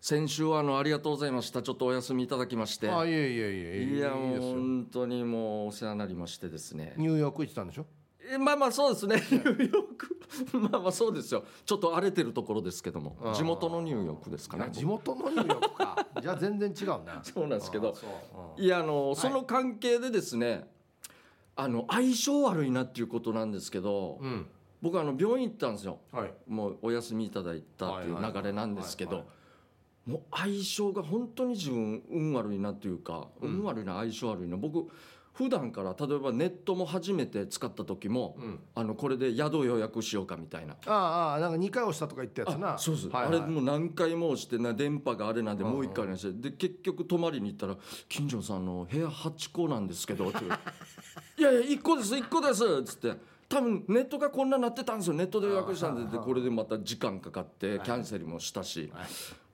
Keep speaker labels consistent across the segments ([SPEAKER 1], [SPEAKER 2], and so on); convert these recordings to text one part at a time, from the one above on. [SPEAKER 1] 先週はあのありがとうございましたちょっとお休みいただきまして
[SPEAKER 2] あいえいえいえ
[SPEAKER 1] いやもう
[SPEAKER 2] ですよ
[SPEAKER 1] 本当にもうお世話になりましてですね
[SPEAKER 2] ニューヨーク行ってたんでしょ
[SPEAKER 1] えまあまあそうですねニューヨーク まあまあそうですよちょっと荒れてるところですけども
[SPEAKER 2] あー
[SPEAKER 1] 地元のニューヨークですかね
[SPEAKER 2] あ地元のニューヨークかじゃあ全然違うな
[SPEAKER 1] そうなんですけ
[SPEAKER 2] あ
[SPEAKER 1] ど
[SPEAKER 2] そううん
[SPEAKER 1] いやあのその関係でですね、あの相性悪いなっていうことなんですけど、
[SPEAKER 2] うん
[SPEAKER 1] 僕あの病院行ったんですよ
[SPEAKER 2] はい
[SPEAKER 1] もうお休みいただいたっていう流れなんですけ
[SPEAKER 2] はい
[SPEAKER 1] ど
[SPEAKER 2] はい
[SPEAKER 1] もう相性が本当に自分運悪いなっていうか、
[SPEAKER 2] うん
[SPEAKER 1] 運悪いな相性悪いな僕普段から例えばネットも初めて使った時も、
[SPEAKER 2] うん
[SPEAKER 1] あのこれで宿予約しようかみたいな。
[SPEAKER 2] ああああなんか二回押したとか言ったやつな
[SPEAKER 1] そうです、
[SPEAKER 2] はいはい
[SPEAKER 1] あれもう何回も押してな電波があれなんで
[SPEAKER 2] うんうん
[SPEAKER 1] もう一回お願いして、で結局泊まりに行ったら「金城さんの部屋8個なんですけど」 って言ういやいや1個です1個です」っつって多分ネットがこんななってたんですよネットで予約したんで
[SPEAKER 2] あー
[SPEAKER 1] でこれでまた時間かかってキャンセルもしたし、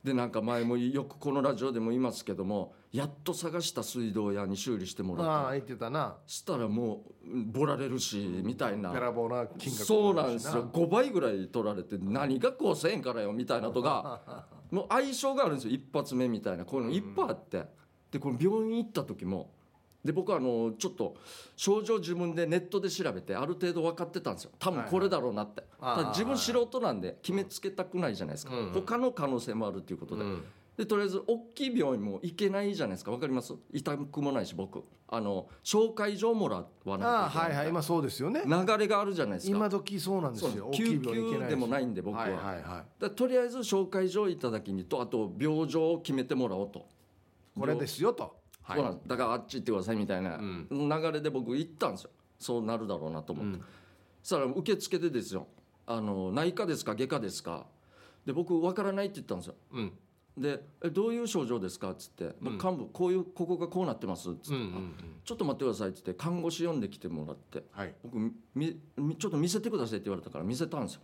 [SPEAKER 1] でなんか前もよくこのラジオでも言いますけどもやっと探した水道屋に修理してもらっ
[SPEAKER 2] あ
[SPEAKER 1] た
[SPEAKER 2] あ言ってたな
[SPEAKER 1] したらもううんボラれるしみたいな
[SPEAKER 2] べらぼうな金額
[SPEAKER 1] そうなんですよ5倍ぐらい取られて何が5000円からよみたいなとか もう相性があるんですよ一発目みたいなこういうのいっぱいあってでこの病院行った時もで僕はあのちょっと症状自分でネットで調べてある程度分かってたんですよ多分これだろうなって
[SPEAKER 2] はいはい
[SPEAKER 1] ただ自分素人なんで決めつけたくないじゃないですか
[SPEAKER 2] うんうん
[SPEAKER 1] 他の可能性もあるということで
[SPEAKER 2] うん
[SPEAKER 1] でとりあえず大きい病院も行けないじゃないですか分かります痛くもないし僕あの紹介状もらわないといけない
[SPEAKER 2] ああはいはい今そうですよね
[SPEAKER 1] 流れがあるじゃないですか
[SPEAKER 2] 今時そうなんです
[SPEAKER 1] そう
[SPEAKER 2] よ
[SPEAKER 1] です救
[SPEAKER 2] 大きい病院行け
[SPEAKER 1] 急
[SPEAKER 2] し
[SPEAKER 1] でもないんで僕は、
[SPEAKER 2] はいはいは
[SPEAKER 1] だとりあえず紹介状いただきにとあと病状を決めてもらおうと
[SPEAKER 2] いこれですよと
[SPEAKER 1] そ
[SPEAKER 2] は
[SPEAKER 1] う
[SPEAKER 2] い
[SPEAKER 1] なんですだからあっち行ってくださいみたいな
[SPEAKER 2] うん
[SPEAKER 1] 流れで僕行ったんですよそうなるだろうなと思って、
[SPEAKER 2] うん
[SPEAKER 1] そしたら受付でですよあの内科ですか外科ですかで僕分からないって言ったんですよ
[SPEAKER 2] うん
[SPEAKER 1] でえどういう症状ですかっつって、
[SPEAKER 2] うん
[SPEAKER 1] 幹部こういうここがこうなってますっつって、
[SPEAKER 2] うんうんう
[SPEAKER 1] あ
[SPEAKER 2] ん
[SPEAKER 1] ちょっと待ってくださいっつって看護師呼んできてもらって
[SPEAKER 2] はい
[SPEAKER 1] 僕みみちょっと見せてくださいって言われたから見せたんですよ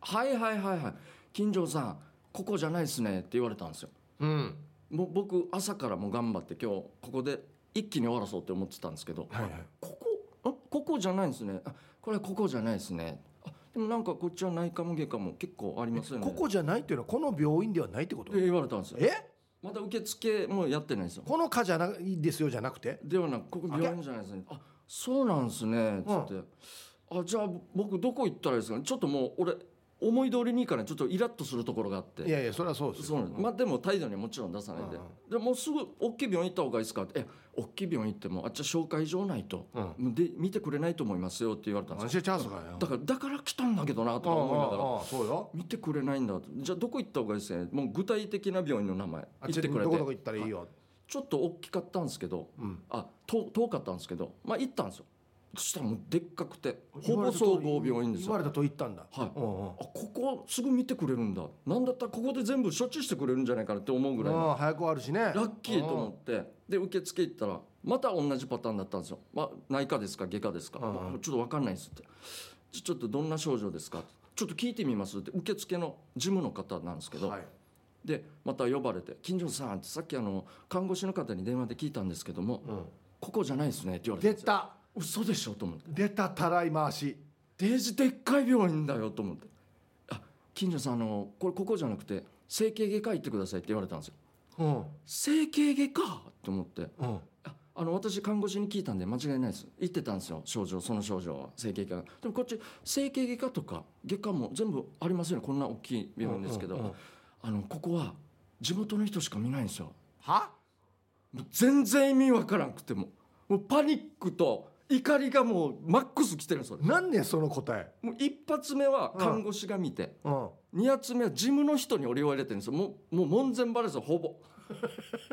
[SPEAKER 1] はいはいはいはい金城さんここじゃないですねって言われたんですよ
[SPEAKER 2] うん
[SPEAKER 1] もう僕朝からもう頑張って今日ここで一気に終わらそうって思ってたんですけど、
[SPEAKER 2] はいはい
[SPEAKER 1] ここんここじゃないんですねあこれはここじゃないですねあでもなんかこっちは内科も外科も結構ありますよね
[SPEAKER 2] ここじゃないっていうのはこの病院ではないってこと
[SPEAKER 1] って言われたんですよ
[SPEAKER 2] え
[SPEAKER 1] まだ受付もやってないんですよ
[SPEAKER 2] この科じゃないですよじゃなくて
[SPEAKER 1] ではなくここ病院じゃないですねあそうなんですねつって、あじゃあ僕どこ行ったらいいですかねちょっともう俺思い通りにいかないちょっとイラッとするところがあって
[SPEAKER 2] いやいやそれはそうです
[SPEAKER 1] そう
[SPEAKER 2] よ
[SPEAKER 1] なんですまあでも態度にはもちろん出さないで
[SPEAKER 2] うんうん
[SPEAKER 1] でもうすぐ大きい病院行った方がいいですかって「え大きい病院行ってもあっちは紹介状ないと、で見てくれないと思いますよ」って言われたんで
[SPEAKER 2] 安
[SPEAKER 1] すよ
[SPEAKER 2] 心チャンスがよ
[SPEAKER 1] だからだから来たんだけどなとか思いながら
[SPEAKER 2] ああああそうよ
[SPEAKER 1] 見てくれないんだとじゃあどこ行った方がいいですねもう具体的な病院の名前
[SPEAKER 2] あ
[SPEAKER 1] 言ってくれ
[SPEAKER 2] ど
[SPEAKER 1] て
[SPEAKER 2] こどこ行ったらいいよ
[SPEAKER 1] ちょっと大きかったんですけど
[SPEAKER 2] うん
[SPEAKER 1] あ遠遠かったんですけどまあ行ったんですよそしたらもうでっかくてほ
[SPEAKER 2] 言わ
[SPEAKER 1] ぼ
[SPEAKER 2] れた通
[SPEAKER 1] 総
[SPEAKER 2] り
[SPEAKER 1] 合病院です
[SPEAKER 2] 言
[SPEAKER 1] よ
[SPEAKER 2] わ
[SPEAKER 1] あ
[SPEAKER 2] れたと言ったんだ
[SPEAKER 1] はい
[SPEAKER 2] うんうん
[SPEAKER 1] ここすぐ見てくれるんだなんだったらここで全部処置してくれるんじゃないかなって思うぐらいの
[SPEAKER 2] ああ早く終わるしねラ
[SPEAKER 1] ラッキーと思ってで受付行ったらまた同じパターンだったんですよ、まあ、内科ですか外科ですか、
[SPEAKER 2] うん
[SPEAKER 1] まあちょっと分かんないですってちょちょっとどんな症状ですかちょっと聞いてみますって受付の事務の方なんですけど、
[SPEAKER 2] はい
[SPEAKER 1] でまた呼ばれて「金城さん」ってさっきあの看護師の方に電話で聞いたんですけども、
[SPEAKER 2] うん
[SPEAKER 1] ここじゃないですねって言われて
[SPEAKER 2] 出た
[SPEAKER 1] 嘘でしょと思って
[SPEAKER 2] 出たたらい回し
[SPEAKER 1] デージでっかい病院だよと思ってあ金城さんあのこれここじゃなくて整形外科行ってくださいって言われたんですよ
[SPEAKER 2] うん
[SPEAKER 1] 整形外科と思って
[SPEAKER 2] うん
[SPEAKER 1] ああの私看護師に聞いたんで間違いないです言ってたんですよ症状その症状は整形外科でもこっち整形外科とか外科も全部ありますよねこんな大きい病院ですけど、
[SPEAKER 2] うんうんうん
[SPEAKER 1] あのここは地元の人しか見ないんですよ
[SPEAKER 2] は
[SPEAKER 1] もう全然意味わからんくてももうパニックと怒りがもうマックス来てるんですよ
[SPEAKER 2] なんでその答え
[SPEAKER 1] もう一発目は看護師が見て、
[SPEAKER 2] うん
[SPEAKER 1] 二発目は事務の人に俺言われてるんですよもうもう門前払いですよほぼ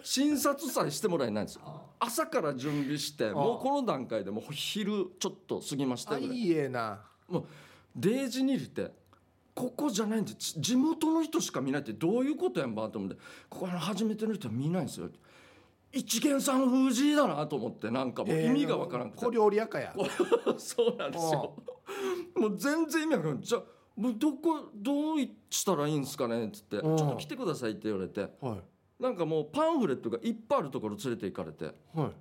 [SPEAKER 1] 診察さえしてもらえないんですよ朝から準備して
[SPEAKER 2] あ
[SPEAKER 1] もうこの段階でもう昼ちょっと過ぎました
[SPEAKER 2] あ
[SPEAKER 1] ぐら
[SPEAKER 2] い
[SPEAKER 1] い
[SPEAKER 2] いえな
[SPEAKER 1] もうデージに入れてここじゃないんでち地元の人しか見ないってどういうことやんばと思ってここあの初めての人は見ないんですよ一元さんの藤井だなと思ってなんかもう意味がわからんくて
[SPEAKER 2] 小料理屋かや
[SPEAKER 1] こ そうなんですよ。もう全然意味わからん。じゃあもうどこどうしたらいいんですかねっつって「ち
[SPEAKER 2] う
[SPEAKER 1] ょ
[SPEAKER 2] ん
[SPEAKER 1] っと来てください」って言われて
[SPEAKER 2] はい
[SPEAKER 1] なんかもうパンフレットがいっぱいあるところ連れて行かれて
[SPEAKER 2] はい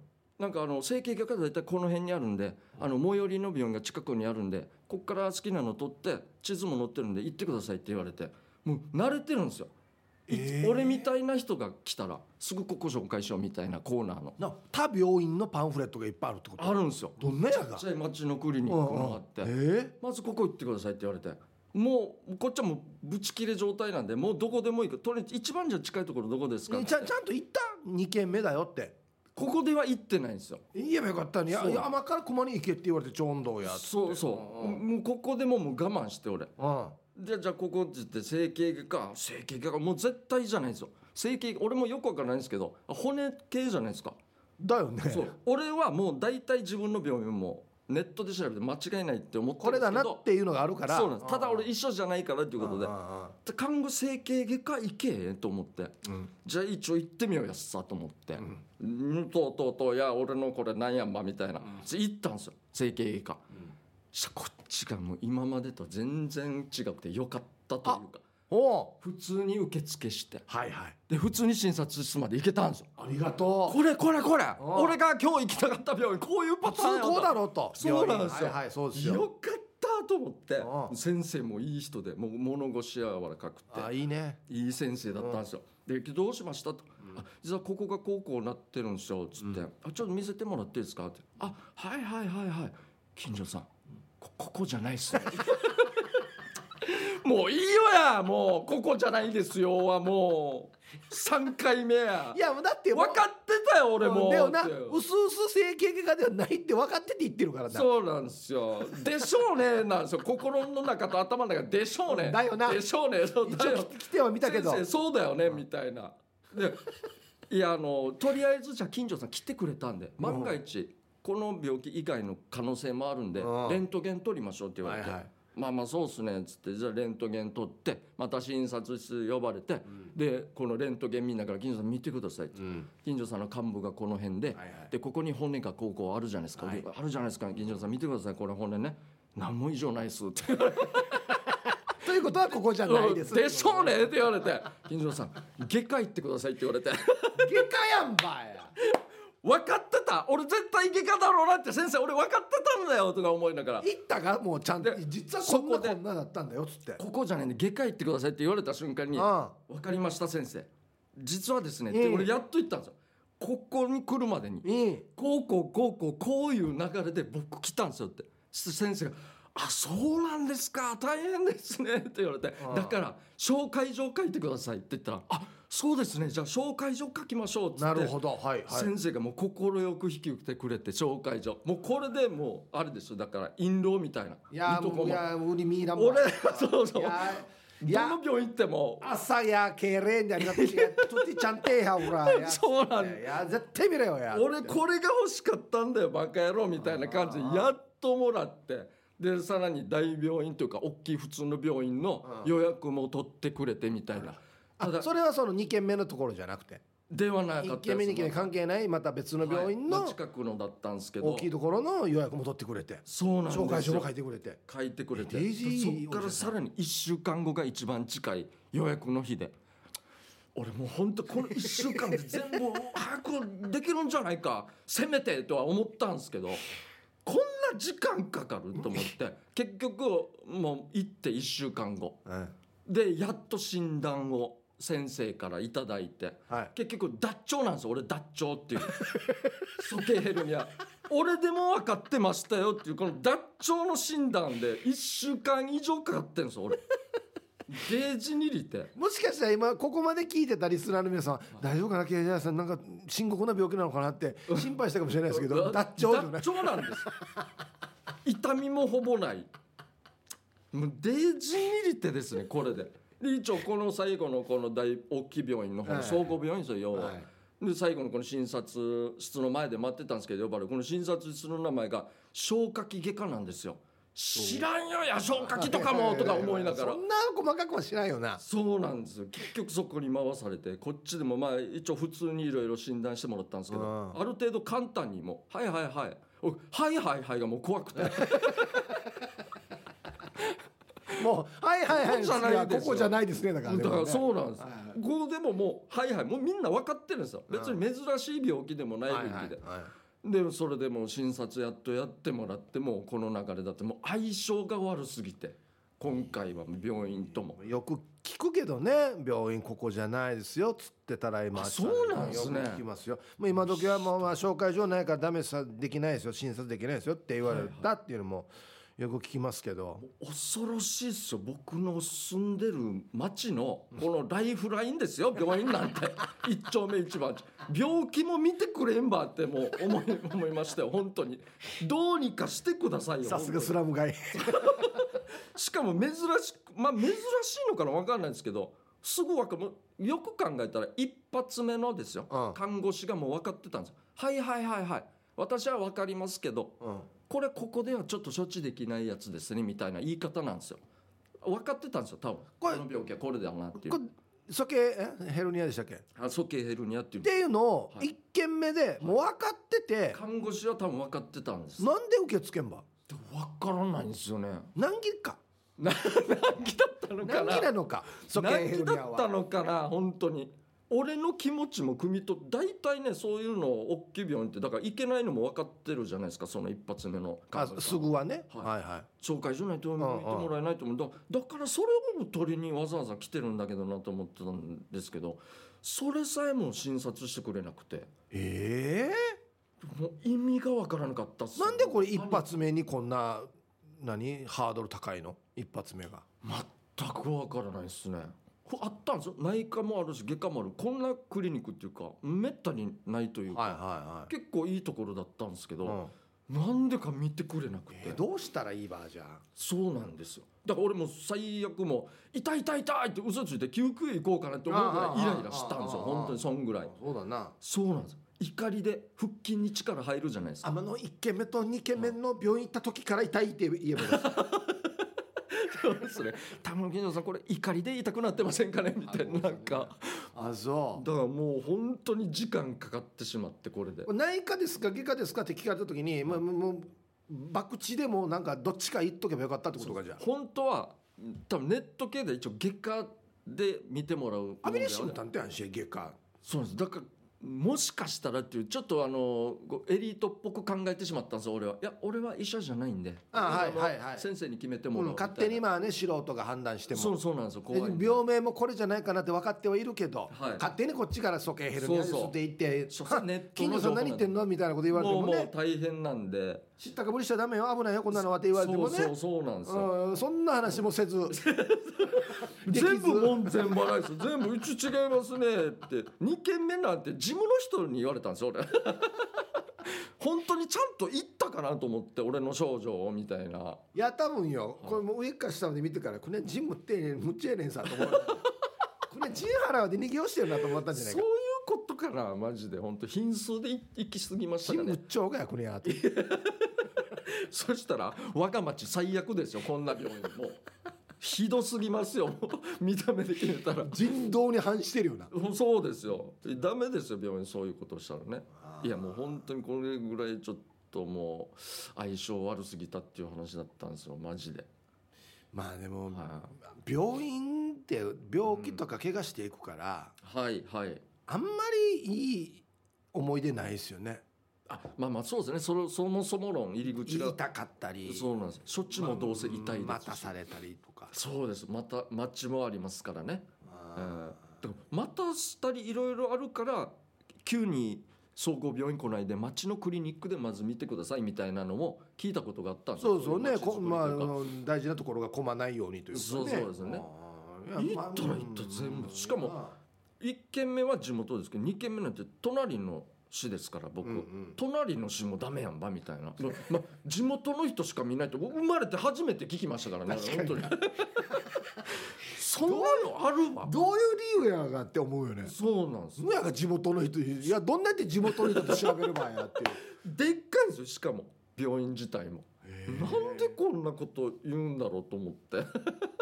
[SPEAKER 1] なんかあの整形外科だいたいこの辺にあるんであの最寄りの病院が近くにあるんでこっから好きなの取って地図も載ってるんで行ってくださいって言われてもう慣れてるんですよ。い
[SPEAKER 2] えー
[SPEAKER 1] 俺みたいな人が来たらすぐここ紹介しようみたいなコーナーの
[SPEAKER 2] な他病院のパンフレットがいっぱいあるってこと
[SPEAKER 1] あるんですよ
[SPEAKER 2] どんなや
[SPEAKER 1] ち
[SPEAKER 2] が
[SPEAKER 1] っちゃい町のクリニックのあって
[SPEAKER 2] ええ
[SPEAKER 1] まずここ行ってくださいって言われてもうこっちはもうぶち切れ状態なんでもうどこでもいいからとりあえず一番じゃ近いところどこですかっ
[SPEAKER 2] ね
[SPEAKER 1] て
[SPEAKER 2] ちゃんちゃんと行った2軒目だよって
[SPEAKER 1] ここでは行ってないんですよ
[SPEAKER 2] 言えばよかったねいや
[SPEAKER 1] そう
[SPEAKER 2] 山から駒に行けって言われてちょんどうやって
[SPEAKER 1] そうそう、
[SPEAKER 2] うん
[SPEAKER 1] もうここでももう我慢して俺
[SPEAKER 2] うん
[SPEAKER 1] でじゃあここって言って整形外科整形外科もう絶対じゃないんですよ整形俺もよくわからないんですけど骨系じゃないですか
[SPEAKER 2] だよね
[SPEAKER 1] そう俺はもう大体自分の病院もネットで調べて間違いないって思って
[SPEAKER 2] こ
[SPEAKER 1] るんで
[SPEAKER 2] れ
[SPEAKER 1] すけ
[SPEAKER 2] だ
[SPEAKER 1] ど
[SPEAKER 2] なっていうのがあるから
[SPEAKER 1] そうなんですただ俺
[SPEAKER 2] いい
[SPEAKER 1] 一緒じゃないからっていうことでで看護整形外科行けへんと思ってじゃあ一応行ってみようやっさと思って「うんとうとうとういや俺のこれなんやんば」みたいな、で行ったんですよ整形外科、したらこっちがもう今までと全然違くてよかったというか
[SPEAKER 2] おう
[SPEAKER 1] 普通に受付して
[SPEAKER 2] はいはい
[SPEAKER 1] で普通に診察室まで行けたんですよ
[SPEAKER 2] ありがとう
[SPEAKER 1] これこれこれ
[SPEAKER 2] ん
[SPEAKER 1] 俺が今日行きたかった病院こういうパターン
[SPEAKER 2] 通
[SPEAKER 1] や
[SPEAKER 2] 行だ
[SPEAKER 1] と
[SPEAKER 2] ろうと
[SPEAKER 1] そうなんですよ
[SPEAKER 2] はいはいそうです
[SPEAKER 1] よ
[SPEAKER 2] よ
[SPEAKER 1] かったと思って
[SPEAKER 2] うん
[SPEAKER 1] 先生もいい人でもう物腰柔らかくて
[SPEAKER 2] あいいね
[SPEAKER 1] いい先生だったんですよ。でどうしましたと「あ実はここがこうこうなってるんですよ」つって、あ「ちょっと見せてもらっていいですか?」って「あはいはいはいはい金城さんこここじゃないっす ね」もういいよやもうここじゃないですよはもう3回目や
[SPEAKER 2] いやだって
[SPEAKER 1] 分
[SPEAKER 2] もう
[SPEAKER 1] かってたよ俺も
[SPEAKER 2] だよな
[SPEAKER 1] って
[SPEAKER 2] うすうす整形外科ではないって分かってて言ってるからな
[SPEAKER 1] そうなんですよでしょうねなんですよ心の中と頭の中でしょうね
[SPEAKER 2] だよな
[SPEAKER 1] でしょうねそう
[SPEAKER 2] 一
[SPEAKER 1] だよ
[SPEAKER 2] 応来ては見たけど
[SPEAKER 1] 先生そうだよねみたいな。でいやあのとりあえずじゃあ近所さん来てくれたんで万が一この病気以外の可能性もあるんで
[SPEAKER 2] うん
[SPEAKER 1] レントゲン取りましょうって言われて。
[SPEAKER 2] はいはい
[SPEAKER 1] まあまあそうっすねっつってじゃあレントゲン取ってまた診察室呼ばれて、でこのレントゲン見ながら金城さん見てくださいって、金城さんの幹部がこの辺で、
[SPEAKER 2] はいはい
[SPEAKER 1] でここに骨がこうこうあるじゃないですか、
[SPEAKER 2] はい
[SPEAKER 1] であるじゃないですか金城さん見てくださいこれ骨ね何も異常ないっすって言われて
[SPEAKER 2] ということはここじゃないです
[SPEAKER 1] でしょうねって言われて金城さん外科行ってくださいって言われて
[SPEAKER 2] 外科やんばや
[SPEAKER 1] 分かってた俺絶対外科だろうなって先生俺分かってたんだよとか思いながら
[SPEAKER 2] 行ったかもうちゃんと
[SPEAKER 1] で
[SPEAKER 2] 実はこんな
[SPEAKER 1] そこで
[SPEAKER 2] こんなだったんだよっつって
[SPEAKER 1] ここじゃないんで外科行ってくださいって言われた瞬間に
[SPEAKER 2] あ
[SPEAKER 1] 「分かりました先生実はですね」っ
[SPEAKER 2] え
[SPEAKER 1] て
[SPEAKER 2] え
[SPEAKER 1] 俺やっと言ったんですよここに来るまでに
[SPEAKER 2] あいい
[SPEAKER 1] こうこうこうこうこういう流れで僕来たんですよってそ先生が「あそうなんですか大変ですね」って言われて「
[SPEAKER 2] あ
[SPEAKER 1] だから紹介状書いてください」って言ったら「あそうですねじゃあ紹介状書きましょう」っつって
[SPEAKER 2] なるほどはいはい
[SPEAKER 1] 先生がもう快く引き受けてくれて紹介状もうこれでもうあれでしょだから印籠みたいない
[SPEAKER 2] や
[SPEAKER 1] いと
[SPEAKER 2] も
[SPEAKER 1] こ
[SPEAKER 2] うい
[SPEAKER 1] も
[SPEAKER 2] や無理ミイラも
[SPEAKER 1] 俺そうそう
[SPEAKER 2] いやい
[SPEAKER 1] ど
[SPEAKER 2] や
[SPEAKER 1] の病院行っても
[SPEAKER 2] 朝やけれんやりなっていやとてちゃんてえやほらいや
[SPEAKER 1] そうなんだ
[SPEAKER 2] いや絶対見れよや
[SPEAKER 1] 俺これが欲しかったんだよバカ野郎みたいな感じでやっともらってでさらに大病院というか大きい普通の病院の予約も取ってくれてみたいなただ
[SPEAKER 2] あそれはその2軒目のところじゃなくて
[SPEAKER 1] 電話なかった
[SPEAKER 2] 1
[SPEAKER 1] です
[SPEAKER 2] 軒目2軒目関係ないまた別の病院
[SPEAKER 1] はい
[SPEAKER 2] の
[SPEAKER 1] 近くのだったんですけど
[SPEAKER 2] 大きいところの予約も取ってくれて
[SPEAKER 1] そうなん
[SPEAKER 2] 紹
[SPEAKER 1] で
[SPEAKER 2] 介
[SPEAKER 1] す
[SPEAKER 2] 状も
[SPEAKER 1] よ
[SPEAKER 2] 書いてくれて
[SPEAKER 1] 書いてくれて
[SPEAKER 2] えデイジー
[SPEAKER 1] そっからさらに1週間後が一番近い予約の日で俺もうほんとこの1週間で全部把握できるんじゃないかせめてとは思ったんですけどこんな時間かかると思って結局もう行って1週間後
[SPEAKER 2] うん
[SPEAKER 1] でやっと診断を先生から頂いただいて。
[SPEAKER 2] はい
[SPEAKER 1] 結局脱腸なんですよ俺脱腸っていう 鼠径ヘルニア俺でも分かってましたよっていうこの脱腸の診断で1週間以上かかってるんですよ俺 ゲージにりて
[SPEAKER 2] もしかしたら今ここまで聞いてたリスナーの皆さん大丈夫かなケイジャーさんなんか深刻な病気なのかなって心配したかもしれないですけど脱腸じゃない
[SPEAKER 1] 脱腸なんです痛みもほぼないもうデージにりてですねこれでで一応この最後のこの大大きい病院の方
[SPEAKER 2] は
[SPEAKER 1] の
[SPEAKER 2] い
[SPEAKER 1] 総合病院ですよ要は、
[SPEAKER 2] はい
[SPEAKER 1] で最後のこの診察室の前で待ってたんですけど呼ばれるこの診察室の名前が消化器外科なんですよ知らんよや消化器とかもとか思いながら
[SPEAKER 2] そんな細かくはしないよな
[SPEAKER 1] そうなんですよ結局そこに回されてこっちでもまあ一応普通にいろいろ診断してもらったんですけど
[SPEAKER 2] うん
[SPEAKER 1] ある程度簡単にもう「はいはいはい」お「はいはいはい」がもう怖くて
[SPEAKER 2] もうはいはいはい
[SPEAKER 1] ここじゃないですよ
[SPEAKER 2] ここじゃないですねだからね
[SPEAKER 1] だから
[SPEAKER 2] う
[SPEAKER 1] そうなんです、
[SPEAKER 2] はいは
[SPEAKER 1] ここでももう「はいはい」もうみんな分かってるんですよ別に珍しい病気でもない
[SPEAKER 2] は
[SPEAKER 1] 病
[SPEAKER 2] い
[SPEAKER 1] 気で、
[SPEAKER 2] はいはい
[SPEAKER 1] でそれでもう診察やっとやってもらってもうこの流れだってもう相性が悪すぎて今回は病院とも
[SPEAKER 2] よく聞くけどね病院ここじゃないですよつってたら今
[SPEAKER 1] あそうなんですね
[SPEAKER 2] よく聞きますよもう今時はもうまあ紹介状ないからダメさできないですよ診察できないですよって言われたっていうのもよく聞きますけど
[SPEAKER 1] 恐ろしいっすよ僕の住んでる町のこのライフラインですよ病院なんて 一丁目一番地病気も見てくれんばってもう思い 思いましたよ本当にどうにかしてくださいよ
[SPEAKER 2] さすが
[SPEAKER 1] 本
[SPEAKER 2] スラム街
[SPEAKER 1] 当にしかも珍しくまあ珍しいのかな分かんないですけどすぐ分かるよく考えたら一発目のですよ、
[SPEAKER 2] うん
[SPEAKER 1] 看護師がもう分かってたんですよはいはいはいはい私は分かりますけど
[SPEAKER 2] うん
[SPEAKER 1] これここではちょっと処置できないやつですねみたいな言い方なんですよ分かってたんですよ多分
[SPEAKER 2] こ
[SPEAKER 1] こ
[SPEAKER 2] れ
[SPEAKER 1] の病気はこれだなってい
[SPEAKER 2] こ
[SPEAKER 1] う
[SPEAKER 2] れそけえヘルニアでしたっけっ
[SPEAKER 1] あ鼠径ヘルニアっていう
[SPEAKER 2] ていうのを
[SPEAKER 1] はい
[SPEAKER 2] 一件目でもう分かってて、
[SPEAKER 1] 看護師は多分分かってたんです分
[SPEAKER 2] なんで受け付けんば
[SPEAKER 1] からないんですよね
[SPEAKER 2] 難儀か
[SPEAKER 1] な何期だったのか
[SPEAKER 2] 難儀
[SPEAKER 1] な
[SPEAKER 2] なのかそけ
[SPEAKER 1] 何
[SPEAKER 2] ヘ
[SPEAKER 1] 期
[SPEAKER 2] ル
[SPEAKER 1] だ
[SPEAKER 2] ニア
[SPEAKER 1] った
[SPEAKER 2] は
[SPEAKER 1] のかな本当に俺の気持ちも汲み取って大体ねそういうのを大きい病院ってだからいけないのも分かってるじゃないですかその一発目の
[SPEAKER 2] あ
[SPEAKER 1] 看護師さんは
[SPEAKER 2] すぐはね、
[SPEAKER 1] はい
[SPEAKER 2] はいはい
[SPEAKER 1] 紹介所ないと見てもらえないと思うだだからそれを取りにわざわざ来てるんだけどなと思ってたんですけどそれさえも診察してくれなくて
[SPEAKER 2] ええ
[SPEAKER 1] もう意味がわからなかったっす
[SPEAKER 2] なんでこれ一発目にこんな何ハードル高いの一発目が
[SPEAKER 1] 全くわからないですねこあったんですよ内科もあるし外科もあるこんなクリニックっていうかめったにないというか、
[SPEAKER 2] はいはいはい
[SPEAKER 1] 結構いいところだったんですけ
[SPEAKER 2] う
[SPEAKER 1] ど、
[SPEAKER 2] ん
[SPEAKER 1] なんでか見てくれなくて、
[SPEAKER 2] えーどうしたらいいばじゃあ
[SPEAKER 1] そうなんですよだから俺も最悪もう痛い痛い痛いって嘘ついて救急医行こうかなって思うぐらいイライラしたんですよ
[SPEAKER 2] ああああああ
[SPEAKER 1] 本当にそんぐらい
[SPEAKER 2] そうだな
[SPEAKER 1] そうなんですよ怒りで腹筋に力入るじゃないですか
[SPEAKER 2] あの1軒目と2軒目の病院行った時から痛いって言えばいい です
[SPEAKER 1] そうですね多分金城さんこれ怒りで痛くなってませんかねみたい ななんか
[SPEAKER 2] あそ
[SPEAKER 1] だからもう本当に時間かかってしまってこれで
[SPEAKER 2] う内科ですか外科ですかって聞かれた時にもうもうもう博打でもなんかどっちか言っとけばよかったってことかじゃあ
[SPEAKER 1] 本当は多分ネット系で一応外科で見てもらうもんだ
[SPEAKER 2] ア
[SPEAKER 1] よね
[SPEAKER 2] ビレシン探偵やんし外科
[SPEAKER 1] そうなんですだからもしかしたらっていうちょっとあのこうエリートっぽく考えてしまったんですよ俺はいや俺は医者じゃないんで
[SPEAKER 2] あ
[SPEAKER 1] あの
[SPEAKER 2] はいはいはい
[SPEAKER 1] 先生に決めても
[SPEAKER 2] う
[SPEAKER 1] らお
[SPEAKER 2] ん
[SPEAKER 1] うみたいな
[SPEAKER 2] 勝手にまあね素人が判断しても
[SPEAKER 1] そうそうなんですよ怖いんで
[SPEAKER 2] 病名もこれじゃないかなって分かってはいるけど、
[SPEAKER 1] はい
[SPEAKER 2] 勝手にこっちから「そけヘルニアです」
[SPEAKER 1] そうそう
[SPEAKER 2] って言って
[SPEAKER 1] そう
[SPEAKER 2] は
[SPEAKER 1] ネット
[SPEAKER 2] 金
[SPEAKER 1] の
[SPEAKER 2] 魚さん何言ってんの?」みたいなこと言われて
[SPEAKER 1] もう
[SPEAKER 2] も
[SPEAKER 1] もう
[SPEAKER 2] ね
[SPEAKER 1] 大変なんで
[SPEAKER 2] 「知ったかぶりしちゃダメよ危ないよこんなのは」って言われてもね
[SPEAKER 1] そう
[SPEAKER 2] う
[SPEAKER 1] そうそうなんですよ
[SPEAKER 2] んそんな話もせずできず
[SPEAKER 1] 全部門前払いです全部うち違いますねって2軒目なんて事務の人に言われたんですよ俺 本当にちゃんと言ったかなと思って俺の症状をみたいない
[SPEAKER 2] や多分よこれもう上から下まで見てから「これジムってむっちゃええねんさ」と思 うこれジンハラはで逃げをしてるなと思ったんじゃな
[SPEAKER 1] そ
[SPEAKER 2] いうか
[SPEAKER 1] いうことからマジで本当貧相でい行き過ぎました
[SPEAKER 2] ジ
[SPEAKER 1] か
[SPEAKER 2] ムむ
[SPEAKER 1] ね
[SPEAKER 2] っちゃおがやこれやって
[SPEAKER 1] そしたら我が町最悪ですよこんな病院もうひどすぎますよもう見た目で決めたら
[SPEAKER 2] 人道に反してるよな
[SPEAKER 1] そうですよダメですよ病院そういうことしたらねいやもう本当にこれぐらいちょっともう相性悪すぎたっていう話だったんですよマジで、
[SPEAKER 2] まあでも
[SPEAKER 1] は
[SPEAKER 2] 病院って病気とか怪我していくから、
[SPEAKER 1] い、はいはい
[SPEAKER 2] あんまりいい思い出ないですよね
[SPEAKER 1] あまあまあそうですねそれそもそも論入り口が
[SPEAKER 2] 痛かったり
[SPEAKER 1] そうなんです処置もどうせ痛いですし、
[SPEAKER 2] まあ待たされたりとか
[SPEAKER 1] そうですまた待ちもありますからね
[SPEAKER 2] あ
[SPEAKER 1] だから待たしたりいろいろあるから急に総合病院来ないで町のクリニックでまず見てくださいみたいなのも聞いたことがあったん
[SPEAKER 2] ー
[SPEAKER 1] です
[SPEAKER 2] そ
[SPEAKER 1] よ
[SPEAKER 2] うそうね
[SPEAKER 1] い町づくりとい
[SPEAKER 2] こ、
[SPEAKER 1] うか
[SPEAKER 2] まあ、あの大事なところが混まないようにというか、ね、
[SPEAKER 1] そうそうですよね
[SPEAKER 2] あーいやまあ
[SPEAKER 1] 行ったら行った全部しかも
[SPEAKER 2] ま
[SPEAKER 1] 1軒目は地元ですけど2軒目なんて隣の市ですから
[SPEAKER 2] あ
[SPEAKER 1] 僕、
[SPEAKER 2] うんうん
[SPEAKER 1] 隣の市もダメやんばみたいな、まま地元の人しか見ないって僕生まれて初めて聞きましたからね
[SPEAKER 2] 確かに
[SPEAKER 1] 本当にそんなのあるわ
[SPEAKER 2] どういう理由やがって思うよね
[SPEAKER 1] そうなんです
[SPEAKER 2] そやが地元の人いやどんなって地元の人と調べる場合やっていう
[SPEAKER 1] でっかいんですよしかも病院自体も
[SPEAKER 2] へ ー
[SPEAKER 1] なんでこんなこと言うんだろうと思って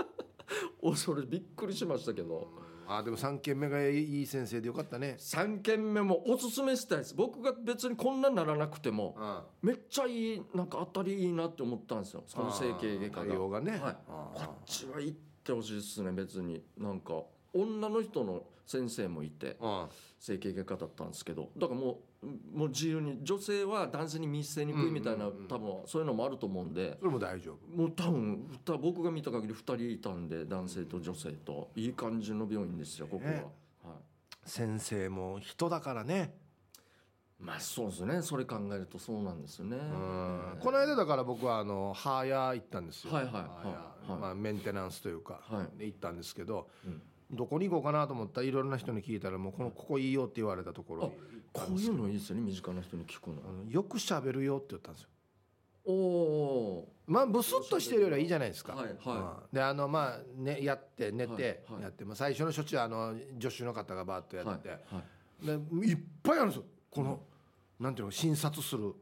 [SPEAKER 1] おそれびっくりしましたけど
[SPEAKER 2] あーでも3軒目がいい先生でよかったね
[SPEAKER 1] 3軒目もおすすめしたいです僕が別にこんなならなくても
[SPEAKER 2] うん
[SPEAKER 1] めっちゃいいなんか当たりいいなって思ったんですよその整形外科
[SPEAKER 2] 対応
[SPEAKER 1] が
[SPEAKER 2] が
[SPEAKER 1] は
[SPEAKER 2] ね、
[SPEAKER 1] い
[SPEAKER 2] あ
[SPEAKER 1] こっちは行ってほしいですね別になんか女の人の先生もいて
[SPEAKER 2] うん
[SPEAKER 1] 整形外科だったんですけどだからもうもう自由に女性は男性に見せにくいみたいな、
[SPEAKER 2] うんうんうん
[SPEAKER 1] 多分そういうのもあると思うんで
[SPEAKER 3] それも大丈夫
[SPEAKER 1] もう多分ふた僕が見た限り2人いたんで男性と女性といい感じの病院ですよここは、
[SPEAKER 3] ね
[SPEAKER 1] はい、
[SPEAKER 3] 先生も人だからね
[SPEAKER 1] まあそうですねそれ考えるとそうなんですよね
[SPEAKER 2] うん
[SPEAKER 1] え
[SPEAKER 2] この間だから僕はあのハーヤー行ったんですよ
[SPEAKER 1] はいはい
[SPEAKER 2] ハーヤ
[SPEAKER 1] は
[SPEAKER 2] ー
[SPEAKER 1] い
[SPEAKER 2] まあメンテナンスというか
[SPEAKER 1] は
[SPEAKER 2] で行ったんですけど
[SPEAKER 1] うん
[SPEAKER 2] どこに行こうかなと思ったらいろんな人に聞いたらもうこのここいいよって言われたところ
[SPEAKER 1] こういうのいいですよね身近な人に聞くの
[SPEAKER 2] あのよく喋るよって言ったんですよ
[SPEAKER 1] おお
[SPEAKER 2] まあブスッとしてるよりはいいじゃないですか、
[SPEAKER 1] はいはい
[SPEAKER 2] うんであのまあ、ね、やって寝て
[SPEAKER 1] はいはい
[SPEAKER 2] やって、まあ、最初の処置はあの助手の方がバーッと
[SPEAKER 1] ー
[SPEAKER 2] や
[SPEAKER 1] は
[SPEAKER 2] って、
[SPEAKER 1] いはい
[SPEAKER 2] でいっぱいあるんですよこの、なんていうの診察する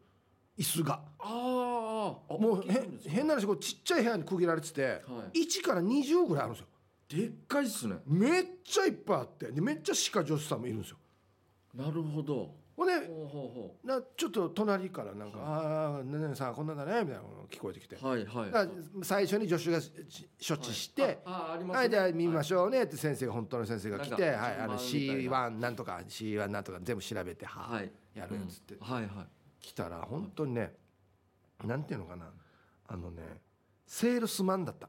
[SPEAKER 2] 椅子が
[SPEAKER 1] あーあ
[SPEAKER 2] も
[SPEAKER 1] 大
[SPEAKER 2] う
[SPEAKER 1] きい
[SPEAKER 2] へ
[SPEAKER 1] んですか
[SPEAKER 2] 変な話こうちっちゃい部屋に区切られてて、
[SPEAKER 1] はい
[SPEAKER 2] 一1から20ぐらいあるんですよ
[SPEAKER 1] でっかいっすね
[SPEAKER 2] めっちゃいっぱいあってでめっちゃ歯科助手さんもいるんですよ
[SPEAKER 1] なるほど
[SPEAKER 2] ほんで
[SPEAKER 1] ほうほ
[SPEAKER 2] なちょっと隣からなんか「ああ何々さんこんなんだね」みたいなのが聞こえてきて
[SPEAKER 1] う、ほうはいはい
[SPEAKER 2] だから最初に助手がし処置して、
[SPEAKER 1] はいああありますね
[SPEAKER 2] はい、じゃあ見ましょうねって先生が本当の先生が来て、
[SPEAKER 1] なんか
[SPEAKER 2] はい、あの
[SPEAKER 1] 順番みた
[SPEAKER 2] C1 なんとか C1 なんとか全部調べては、
[SPEAKER 1] はい
[SPEAKER 2] やるやつって
[SPEAKER 1] うんはいはい
[SPEAKER 2] 来たら本当にねなんていうのかなあのねセールスマンだった。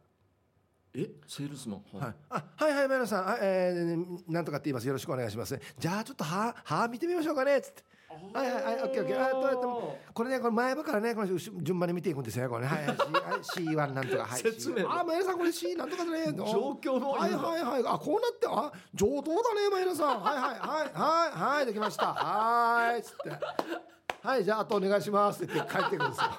[SPEAKER 1] えセールスマン
[SPEAKER 2] はい、あはいはい前野さん、あえー、なんとかって言いますよろしくお願いしますじゃあちょっと歯歯見てみましょうかねっつってはいはいはいオッケーオッケーあどうやってもこれねこれ前歯からねこの後ろ順番に見ていくんですよねこれねはいはい C- はい C1 なんとかはい
[SPEAKER 1] 説明
[SPEAKER 2] C1 あ前野さんこれ C なんとかだね
[SPEAKER 1] 状況の
[SPEAKER 2] はいはいはいあこうなってあ上等だね前野さんはいはいはいはいはいできましたはーいっつってはいじゃああとお願いしますって言って帰ってくるんです よ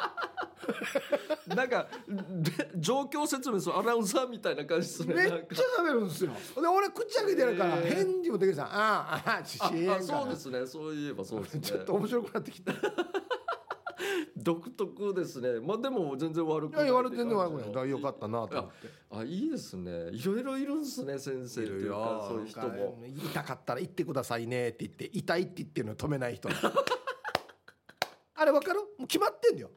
[SPEAKER 1] なんかで状況説明するアナウンサーみたいな感じですね
[SPEAKER 2] めっ
[SPEAKER 1] なんか
[SPEAKER 2] ちゃ喋るんですよ。で俺口開けてるから
[SPEAKER 1] へー
[SPEAKER 2] 返事もできるさん。ああああちしえん
[SPEAKER 1] あ
[SPEAKER 2] か
[SPEAKER 1] そうで
[SPEAKER 2] ら。
[SPEAKER 1] すねそういえばそうですね
[SPEAKER 2] ちょっと面白くなってき た。い
[SPEAKER 1] 独特ですねまあでも全然悪く
[SPEAKER 2] や言われてんの悪くない。
[SPEAKER 1] い
[SPEAKER 2] だからよかったなと思っ
[SPEAKER 1] あいいですねいろいろいるんですね先生
[SPEAKER 2] て。
[SPEAKER 1] っていうかそういう人も
[SPEAKER 2] なんか痛かったら行ってくださいねって言って痛いって言ってるの止めない人。 あれわかる？もう決まってんだよ。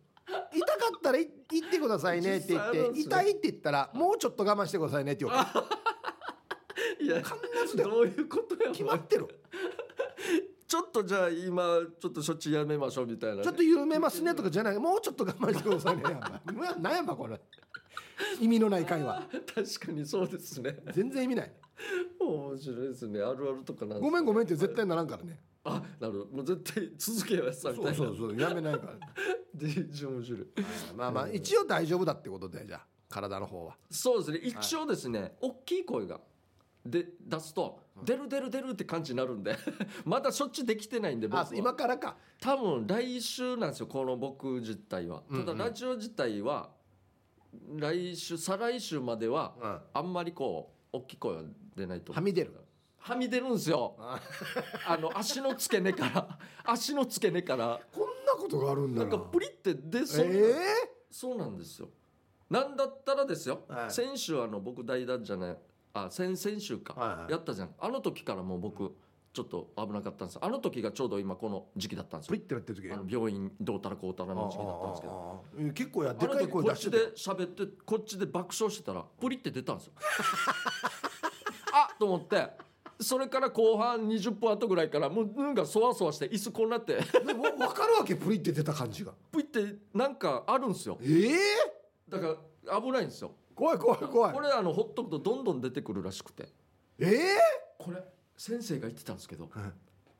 [SPEAKER 2] 痛かったらい行ってくださいねって言
[SPEAKER 1] 実際あるんで
[SPEAKER 2] って
[SPEAKER 1] すね
[SPEAKER 2] 痛いって言ったらもうちょっと我慢してくださいねって言う から
[SPEAKER 1] いや
[SPEAKER 2] 必ずだよ
[SPEAKER 1] どういうことや
[SPEAKER 2] 決
[SPEAKER 1] お
[SPEAKER 2] ま
[SPEAKER 1] 前
[SPEAKER 2] ってる。
[SPEAKER 1] ちょっとじゃあ今ちょっと処置やめましょうみたいなね、
[SPEAKER 2] ちょっと緩めますねとかじゃないもうちょっと我慢してくださいねお前何やばこれ意味のない会話
[SPEAKER 1] 確かにそうですね
[SPEAKER 2] 全然意味ない
[SPEAKER 1] 面白いですねあるあるとかなんです
[SPEAKER 2] ごめんごめんって絶対ならんから ね
[SPEAKER 1] あなるほどもう絶対続けやさ
[SPEAKER 2] そ
[SPEAKER 1] みたいな
[SPEAKER 2] うそうそうやめないから、ね、
[SPEAKER 1] で面白い
[SPEAKER 2] まあまあ一応大丈夫だってことでじゃあ体の方は
[SPEAKER 1] そうですね一応ですね、大きい声がで出すと「出る出る出る」って感じになるんで まだ処置できてないんで僕は
[SPEAKER 2] あ今からか
[SPEAKER 1] 多分来週なんですよこの僕自体はただラジオ自体は来週再来週までは
[SPEAKER 2] うん
[SPEAKER 1] あんまりこう大きい声は出ないと思う
[SPEAKER 2] はみ出る
[SPEAKER 1] はみ出るんですよ
[SPEAKER 2] あ
[SPEAKER 1] あの足の付け根から足の付け根から
[SPEAKER 2] こんなことがあるんだ
[SPEAKER 1] な
[SPEAKER 2] なん
[SPEAKER 1] かプリって出
[SPEAKER 2] え
[SPEAKER 1] そうな
[SPEAKER 2] え
[SPEAKER 1] そうなんですよなんだったらですよ、
[SPEAKER 2] はい
[SPEAKER 1] 先週あの僕代打じゃないあ先々週か、
[SPEAKER 2] はいはい
[SPEAKER 1] やったじゃんあの時からもう僕ちょっと危なかったんですあの時がちょうど今この時期だったんです
[SPEAKER 2] プ
[SPEAKER 1] よ
[SPEAKER 2] リってなってる時
[SPEAKER 1] あの病院どうたらこうたらの時期だったんですけど
[SPEAKER 2] ああああえ結構や
[SPEAKER 1] あ
[SPEAKER 2] で
[SPEAKER 1] の
[SPEAKER 2] かい
[SPEAKER 1] 時
[SPEAKER 2] 声
[SPEAKER 1] こっ
[SPEAKER 2] 出
[SPEAKER 1] ち
[SPEAKER 2] してた
[SPEAKER 1] で
[SPEAKER 2] よ
[SPEAKER 1] 喋ってこっちで爆笑してたらプリって出たんですよ あと思ってそれから後半20分後ぐらいからもうなんかそわそわして椅子こうなって
[SPEAKER 2] でもわ分かるわけプリって出た感じが
[SPEAKER 1] プリってなんかあるんですよ
[SPEAKER 2] ええ
[SPEAKER 1] だから危ないんですよ
[SPEAKER 2] 怖い怖い怖い
[SPEAKER 1] これあのほっとくとどんどん出てくるらしくて
[SPEAKER 2] ええ
[SPEAKER 1] これ先生が言ってたんですけど
[SPEAKER 2] は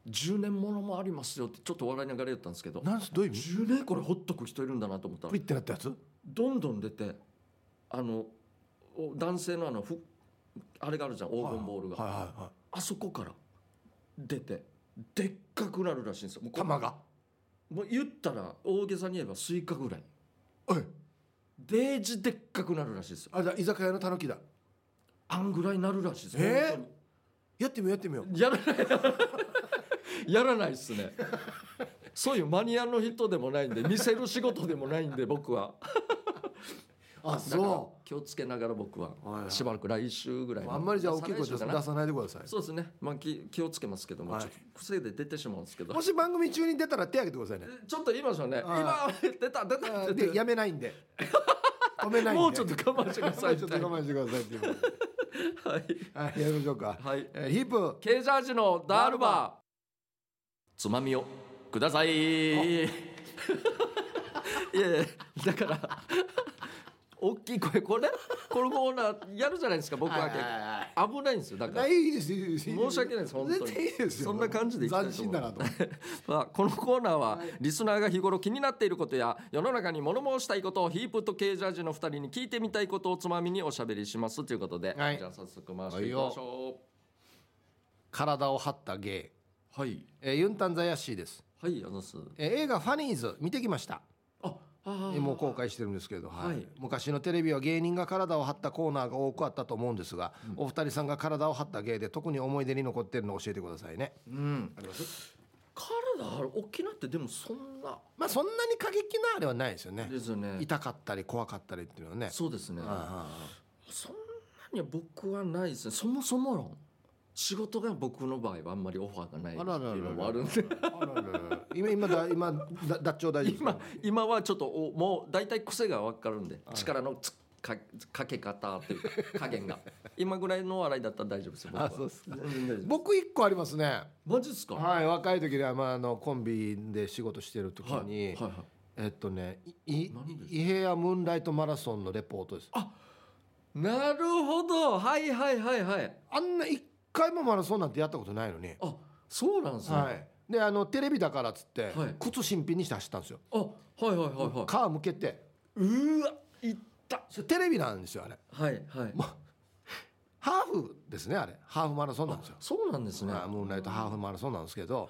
[SPEAKER 2] い
[SPEAKER 1] 10年ものもありますよってちょっと笑いながら言ったんですけど
[SPEAKER 2] なんすどういう意味
[SPEAKER 1] 10年これほっとく人いるんだなと思ったら
[SPEAKER 2] プリってなったやつ
[SPEAKER 1] どんどん出てあのお男性のあのふあれがあるじゃん黄金ボール
[SPEAKER 2] は
[SPEAKER 1] が
[SPEAKER 2] いはいは
[SPEAKER 1] あそこから出てでっかくなるらしいんですよもう
[SPEAKER 2] い
[SPEAKER 1] こ
[SPEAKER 2] 玉が
[SPEAKER 1] もう言ったら大げさに言えばスイカぐらい
[SPEAKER 2] おい
[SPEAKER 1] デージでっかくなるらしいですよ
[SPEAKER 2] あれだ居酒屋のたぬきだ
[SPEAKER 1] あんぐらいなるらしいです
[SPEAKER 2] えー
[SPEAKER 1] 本当に
[SPEAKER 2] やってみようやってみよう
[SPEAKER 1] やらない やらないっすねそういうマニアの人でもないんで見せる仕事でもないんで僕はだ
[SPEAKER 2] あ
[SPEAKER 1] から
[SPEAKER 2] そ
[SPEAKER 1] 気をつけながら僕は
[SPEAKER 2] はいはい
[SPEAKER 1] しばらく来週ぐらいうの
[SPEAKER 2] あんまりじゃあ大きい声出
[SPEAKER 1] 再来週
[SPEAKER 2] さ
[SPEAKER 1] か
[SPEAKER 2] 出
[SPEAKER 1] な
[SPEAKER 2] さないでください
[SPEAKER 1] そうですねまあ気気をつけますけども、
[SPEAKER 2] はい
[SPEAKER 1] ちょっと癖で出てしまうんですけど
[SPEAKER 2] もし番組中に出たら手挙げてくださいね
[SPEAKER 1] ちょっと言いましょうね今
[SPEAKER 2] は
[SPEAKER 1] 出た出た
[SPEAKER 2] あ
[SPEAKER 1] 出
[SPEAKER 2] で
[SPEAKER 1] た
[SPEAKER 2] やめないんで止めないんで
[SPEAKER 1] もうちょっと我慢してください
[SPEAKER 2] もうち
[SPEAKER 1] み
[SPEAKER 2] ょった
[SPEAKER 1] い
[SPEAKER 2] と
[SPEAKER 1] な
[SPEAKER 2] 我慢してくださいっていう
[SPEAKER 1] はい
[SPEAKER 2] はい、やりましょうか。
[SPEAKER 1] はい
[SPEAKER 2] えーヒップ。
[SPEAKER 1] ケージャージのダールバーつまみをくださいいやいやだから大きい声これこのコーナーやるじゃないですか僕は
[SPEAKER 2] はいはいは
[SPEAKER 1] 危ないんですよだから
[SPEAKER 2] ないいですいいです
[SPEAKER 1] 申し訳ないです本当に
[SPEAKER 2] 絶対いいですよ
[SPEAKER 1] そんな感じでいきたいと
[SPEAKER 2] 斬
[SPEAKER 1] 思う
[SPEAKER 2] 新だなと
[SPEAKER 1] まあ、このコーナーはリスナーが日頃気になっていることや世の中に物申したいことをヒープとケージャージの2人に聞いてみたいことをつまみにおしゃべりしますということで、
[SPEAKER 2] はい
[SPEAKER 1] じゃあ早速回していきましょ
[SPEAKER 2] 体を張った芸、
[SPEAKER 1] うはい
[SPEAKER 2] えー、ユンタンザヤッシーです、
[SPEAKER 1] はいあざっす
[SPEAKER 2] えー映画ファニーズ見てきました
[SPEAKER 1] ああ
[SPEAKER 2] えーもう公開してるんですけれど、はい
[SPEAKER 1] はい
[SPEAKER 2] 昔のテレビは芸人が体を張ったコーナーが多くあったと思うんですが、お二人さんが体を張った芸で特に思い出に残ってるのを教えてくださいね
[SPEAKER 1] うん
[SPEAKER 2] あります
[SPEAKER 1] 体沖縄ってでもそんな
[SPEAKER 2] まあそんなに過激なあれはないですよね
[SPEAKER 1] ですよね
[SPEAKER 2] 痛かったり怖かったりっていうのはね
[SPEAKER 1] そうですね
[SPEAKER 2] はいはいはい
[SPEAKER 1] そんなには僕はないですねそもそもの仕事が僕の場合はあんまりオファーがないって
[SPEAKER 2] あらららら
[SPEAKER 1] いうのもあるんで
[SPEAKER 2] あらららら今今だ今だ脱腸大丈夫ですか
[SPEAKER 1] 今今はちょっとおもう大体癖が分かるんで力のつかかけ方っていうか加減 が今ぐらいの笑いだったら大丈夫ですよ僕は
[SPEAKER 2] あそうっすか
[SPEAKER 1] 全然大丈夫
[SPEAKER 2] 僕一個ありますね
[SPEAKER 1] マジっすか
[SPEAKER 2] はい若い時には、まあ、あのコンビで仕事してる時に、
[SPEAKER 1] はいはいはい
[SPEAKER 2] えっとねいい
[SPEAKER 1] 何です
[SPEAKER 2] イヘアムーンライトマラソンのレポートですあ
[SPEAKER 1] なるほどはいはいはいはい
[SPEAKER 2] んな一回もマラソンなんてやったことないのに、
[SPEAKER 1] あそうなんですね、
[SPEAKER 2] はい、であのテレビだからっつって、
[SPEAKER 1] はい
[SPEAKER 2] 靴新品にして走ったんですよ
[SPEAKER 1] あはいはいはいはい
[SPEAKER 2] 皮むけて
[SPEAKER 1] うーわいった
[SPEAKER 2] それテレビなんですよあれ
[SPEAKER 1] はいはい
[SPEAKER 2] ハーフですねあれハーフマラソンなんですよ
[SPEAKER 1] そうなんですね
[SPEAKER 2] はいムーンライトハーフマラソンなんですけど、
[SPEAKER 1] はい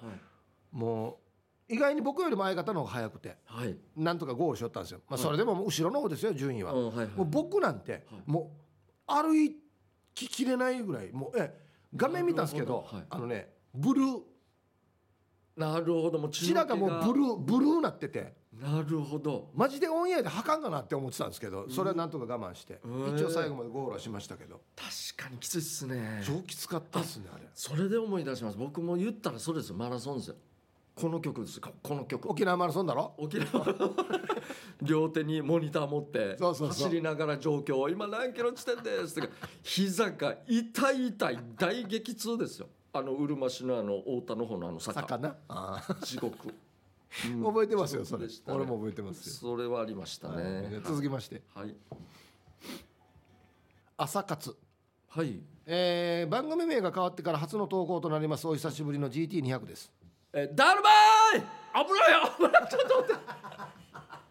[SPEAKER 2] もう意外に僕よりも相方の方が早くて
[SPEAKER 1] はい
[SPEAKER 2] なんとかゴールしよったんですよ、まあ、それでももう後ろの方ですよ順位は、
[SPEAKER 1] うんはいはい
[SPEAKER 2] もう僕なんてもう歩ききれないぐらいもうえ画面見たんですけ
[SPEAKER 1] なる
[SPEAKER 2] ど
[SPEAKER 1] ほどはい
[SPEAKER 2] あのねブルー
[SPEAKER 1] なるほどもう血
[SPEAKER 2] 白がもうブルーブルーなってて
[SPEAKER 1] なるほど
[SPEAKER 2] マジでオンエアではかんかなって思ってたんですけどそれはなんとか我慢して
[SPEAKER 1] うん
[SPEAKER 2] 一応最後までゴールはしましたけど
[SPEAKER 1] 確かにきついっすね
[SPEAKER 2] 超きつかったですねあれ
[SPEAKER 1] それで思い出します僕も言ったらそれですよマラソンですよこの曲ですここの曲
[SPEAKER 2] 沖縄マラソンだろ
[SPEAKER 1] 沖縄両手にモニター持って
[SPEAKER 2] そうそうそう
[SPEAKER 1] 走りながら状況を今何キロ地点ですとか膝が痛い痛い大激痛ですよあのうるま市のあの太田の方のあの坂
[SPEAKER 2] 魚あー
[SPEAKER 1] 地獄
[SPEAKER 2] 覚えてますよそ
[SPEAKER 1] そう
[SPEAKER 2] れ
[SPEAKER 1] でしたね
[SPEAKER 2] 俺も覚えてますよ
[SPEAKER 1] それはありましたね
[SPEAKER 2] 続きまして
[SPEAKER 1] はい
[SPEAKER 2] 朝活
[SPEAKER 1] はい
[SPEAKER 2] えー番組名が変わってから初の投稿となりますお久しぶりの GT200 です
[SPEAKER 1] えー、ダルバーイ危ないよちょっと待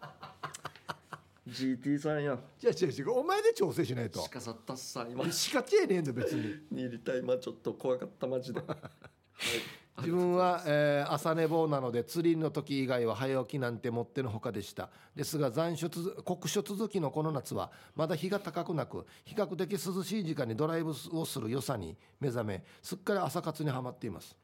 [SPEAKER 1] って GT さんや
[SPEAKER 2] 違う違う違うお前で調整しないと
[SPEAKER 1] しかさったっさ今
[SPEAKER 2] しかちえねえんだ別に
[SPEAKER 1] に入りたい今ちょっと怖かったマ ジではい
[SPEAKER 2] 自分は、えー朝寝坊なので釣りの時以外は早起きなんてもってのほかでしたですが残暑つ酷暑続きのこの夏はまだ日が高くなく比較的涼しい時間にドライブをする良さに目覚めすっかり朝活にはまっています、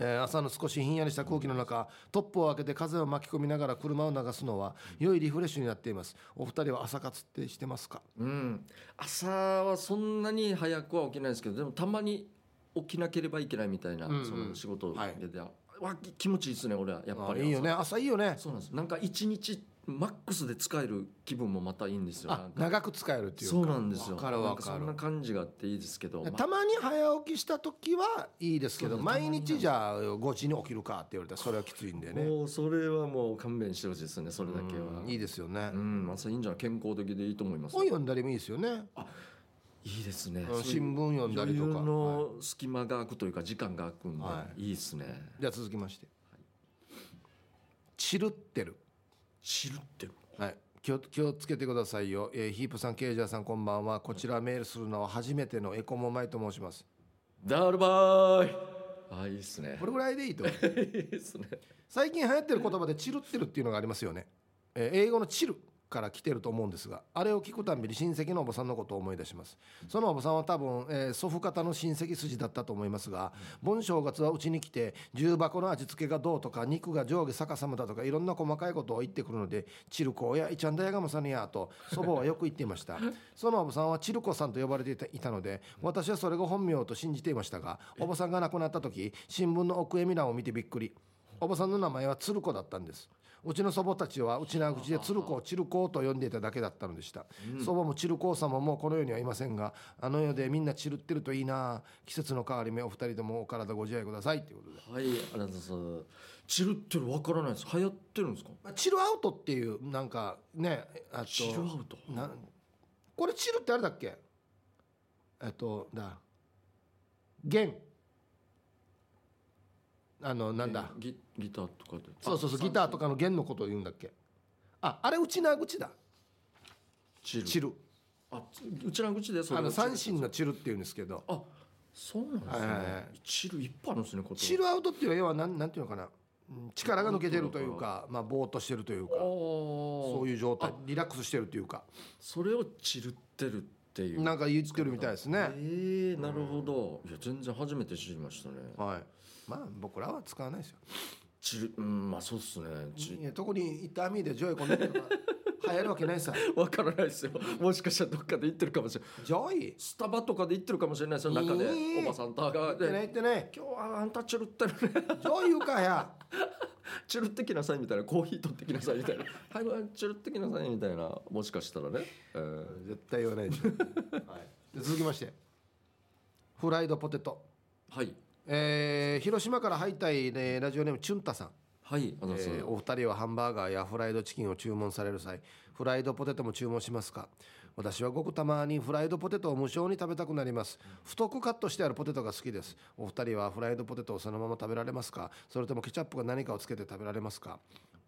[SPEAKER 2] えー朝の少しひんやりした空気の中トップを開けて風を巻き込みながら車を流すのは良いリフレッシュになっていますお二人は朝活ってしてますか
[SPEAKER 1] うん朝はそんなに早くは起きないですけどでもたまに起きなければいけないみたいな、
[SPEAKER 2] うんうん
[SPEAKER 1] その仕事
[SPEAKER 2] はい
[SPEAKER 1] で、わき気持ちいいですね俺はやっぱり
[SPEAKER 2] あいいよね朝いいよね
[SPEAKER 1] そうなんですなんか一日マックスで使える気分もまたいいんですよな
[SPEAKER 2] あ
[SPEAKER 1] んか
[SPEAKER 2] 長く使えるっていうか
[SPEAKER 1] そうなんですよ
[SPEAKER 2] わかる
[SPEAKER 1] な
[SPEAKER 2] わ
[SPEAKER 1] ん
[SPEAKER 2] か
[SPEAKER 1] そ
[SPEAKER 2] る
[SPEAKER 1] んな感じがあっていいですけど、まあ
[SPEAKER 2] たまに早起きした時はいいですけど
[SPEAKER 1] そうですね
[SPEAKER 2] 毎日じゃあ5時に起きるかって言われたらそれはきついんでね
[SPEAKER 1] もうそれはもう勘弁してほしいですねそれだけは
[SPEAKER 2] うんいいですよね
[SPEAKER 1] うん朝いいんじゃない健康的でいいと思います
[SPEAKER 2] 本読んだりもいいですよね
[SPEAKER 1] いいですね
[SPEAKER 2] うん新聞読んだりとか
[SPEAKER 1] 余裕の隙間が空くというか時間が空くんで、、
[SPEAKER 2] はい
[SPEAKER 1] いですね
[SPEAKER 2] じゃあ続きましてチルってる
[SPEAKER 1] 知るってる
[SPEAKER 2] はい気を気をつけてくださいよ、えーヒープさんケイジャーさんこんばんはこちらメールするのは初めてのエコモマイと申します
[SPEAKER 1] ダルバーイあいいですね
[SPEAKER 2] これぐらいでいいと思う
[SPEAKER 1] いいですね
[SPEAKER 2] 最近流行ってる言葉でチルってるっていうのがありますよね、えー英語のチルから来てると思うんですがあれを聞くたんびに親戚のおばさんのことを思い出しますそのおばさんは多分、えー祖父方の親戚筋だったと思いますが盆正月はうちに来て重箱の味付けがどうとか肉が上下逆さまだとかいろんな細かいことを言ってくるのでチルコやイチャンダヤガムさんやと祖母はよく言っていましたそのおばさんはチルコさんと呼ばれていたいたので私はそれが本名と信じていましたがおばさんが亡くなった時新聞の奥へミランを見てびっくりおばさんの名前は鶴子だったんですうちの祖母たちはうちな口で鶴子鶴子と呼んでいただけだったのでした、祖母も鶴子様もこの世にはいませんがあの世でみんな散るってるといいな季節の変わり目お二人ともお体ご自愛くださいということ
[SPEAKER 1] は
[SPEAKER 2] で
[SPEAKER 1] いありがとうございますチルってるわからないです流行ってるんですか
[SPEAKER 2] まあチルアウトっていうなんかねあと
[SPEAKER 1] チルアウト
[SPEAKER 2] なこれチルってあれだっけえっとだ弦あのなんだ
[SPEAKER 1] ギギターとかで
[SPEAKER 2] そうそうそうギターとかの弦のことを言うんだっけああれうちなぐちだ
[SPEAKER 1] チル
[SPEAKER 2] チル
[SPEAKER 1] あうちの口でそれ
[SPEAKER 2] あ
[SPEAKER 1] が
[SPEAKER 2] の
[SPEAKER 1] チル
[SPEAKER 2] 三振のチルっていうんですけど
[SPEAKER 1] あそうなんですね、
[SPEAKER 2] はいはいはい
[SPEAKER 1] チルいっぱいあるんですねこと
[SPEAKER 2] チルアウトっていうのは要はなんなんていうのかなうん力が抜けてるというかまあぼーっとしてるというか
[SPEAKER 1] あー
[SPEAKER 2] そういう状態リラックスしてるというか
[SPEAKER 1] それをチルってるっていう
[SPEAKER 2] なんか言ってるみたいですね
[SPEAKER 1] ええなるほどいや全然初めて知りましたね
[SPEAKER 2] はいまあ僕らは使わないですよ
[SPEAKER 1] チルうんまあそうっすねチ
[SPEAKER 2] いや特にイッターミーでジョイこんなことが流行るわけ ないさ
[SPEAKER 1] わからないですよもしかしたらどっかで行ってるかもしれない
[SPEAKER 2] ジョイ
[SPEAKER 1] スタバとかで行ってるかもしれないですよ中で、
[SPEAKER 2] ええ
[SPEAKER 1] おばさんと
[SPEAKER 2] 言
[SPEAKER 1] が
[SPEAKER 2] ってない
[SPEAKER 1] で
[SPEAKER 2] 言ってない
[SPEAKER 1] 今日はあんたチルってるね
[SPEAKER 2] ジョイ言うかや
[SPEAKER 1] チルってきなさいみたいなコーヒー取ってきなさいみ たいなはいチルってきなさいみたいなもしかしたらね、えー
[SPEAKER 2] 絶対言わないでしょ、はい、で続きましてフライドポテト、
[SPEAKER 1] はい
[SPEAKER 2] えー広島から敗退でラジオネームチュンタさん
[SPEAKER 1] はいあの、そう
[SPEAKER 2] えーお二人はハンバーガーやフライドチキンを注文される際フライドポテトも注文しますか私はごくたまにフライドポテトを無償に食べたくなります太くカットしてあるポテトが好きですお二人はフライドポテトをそのまま食べられますかそれともケチャップが何かをつけて食べられますか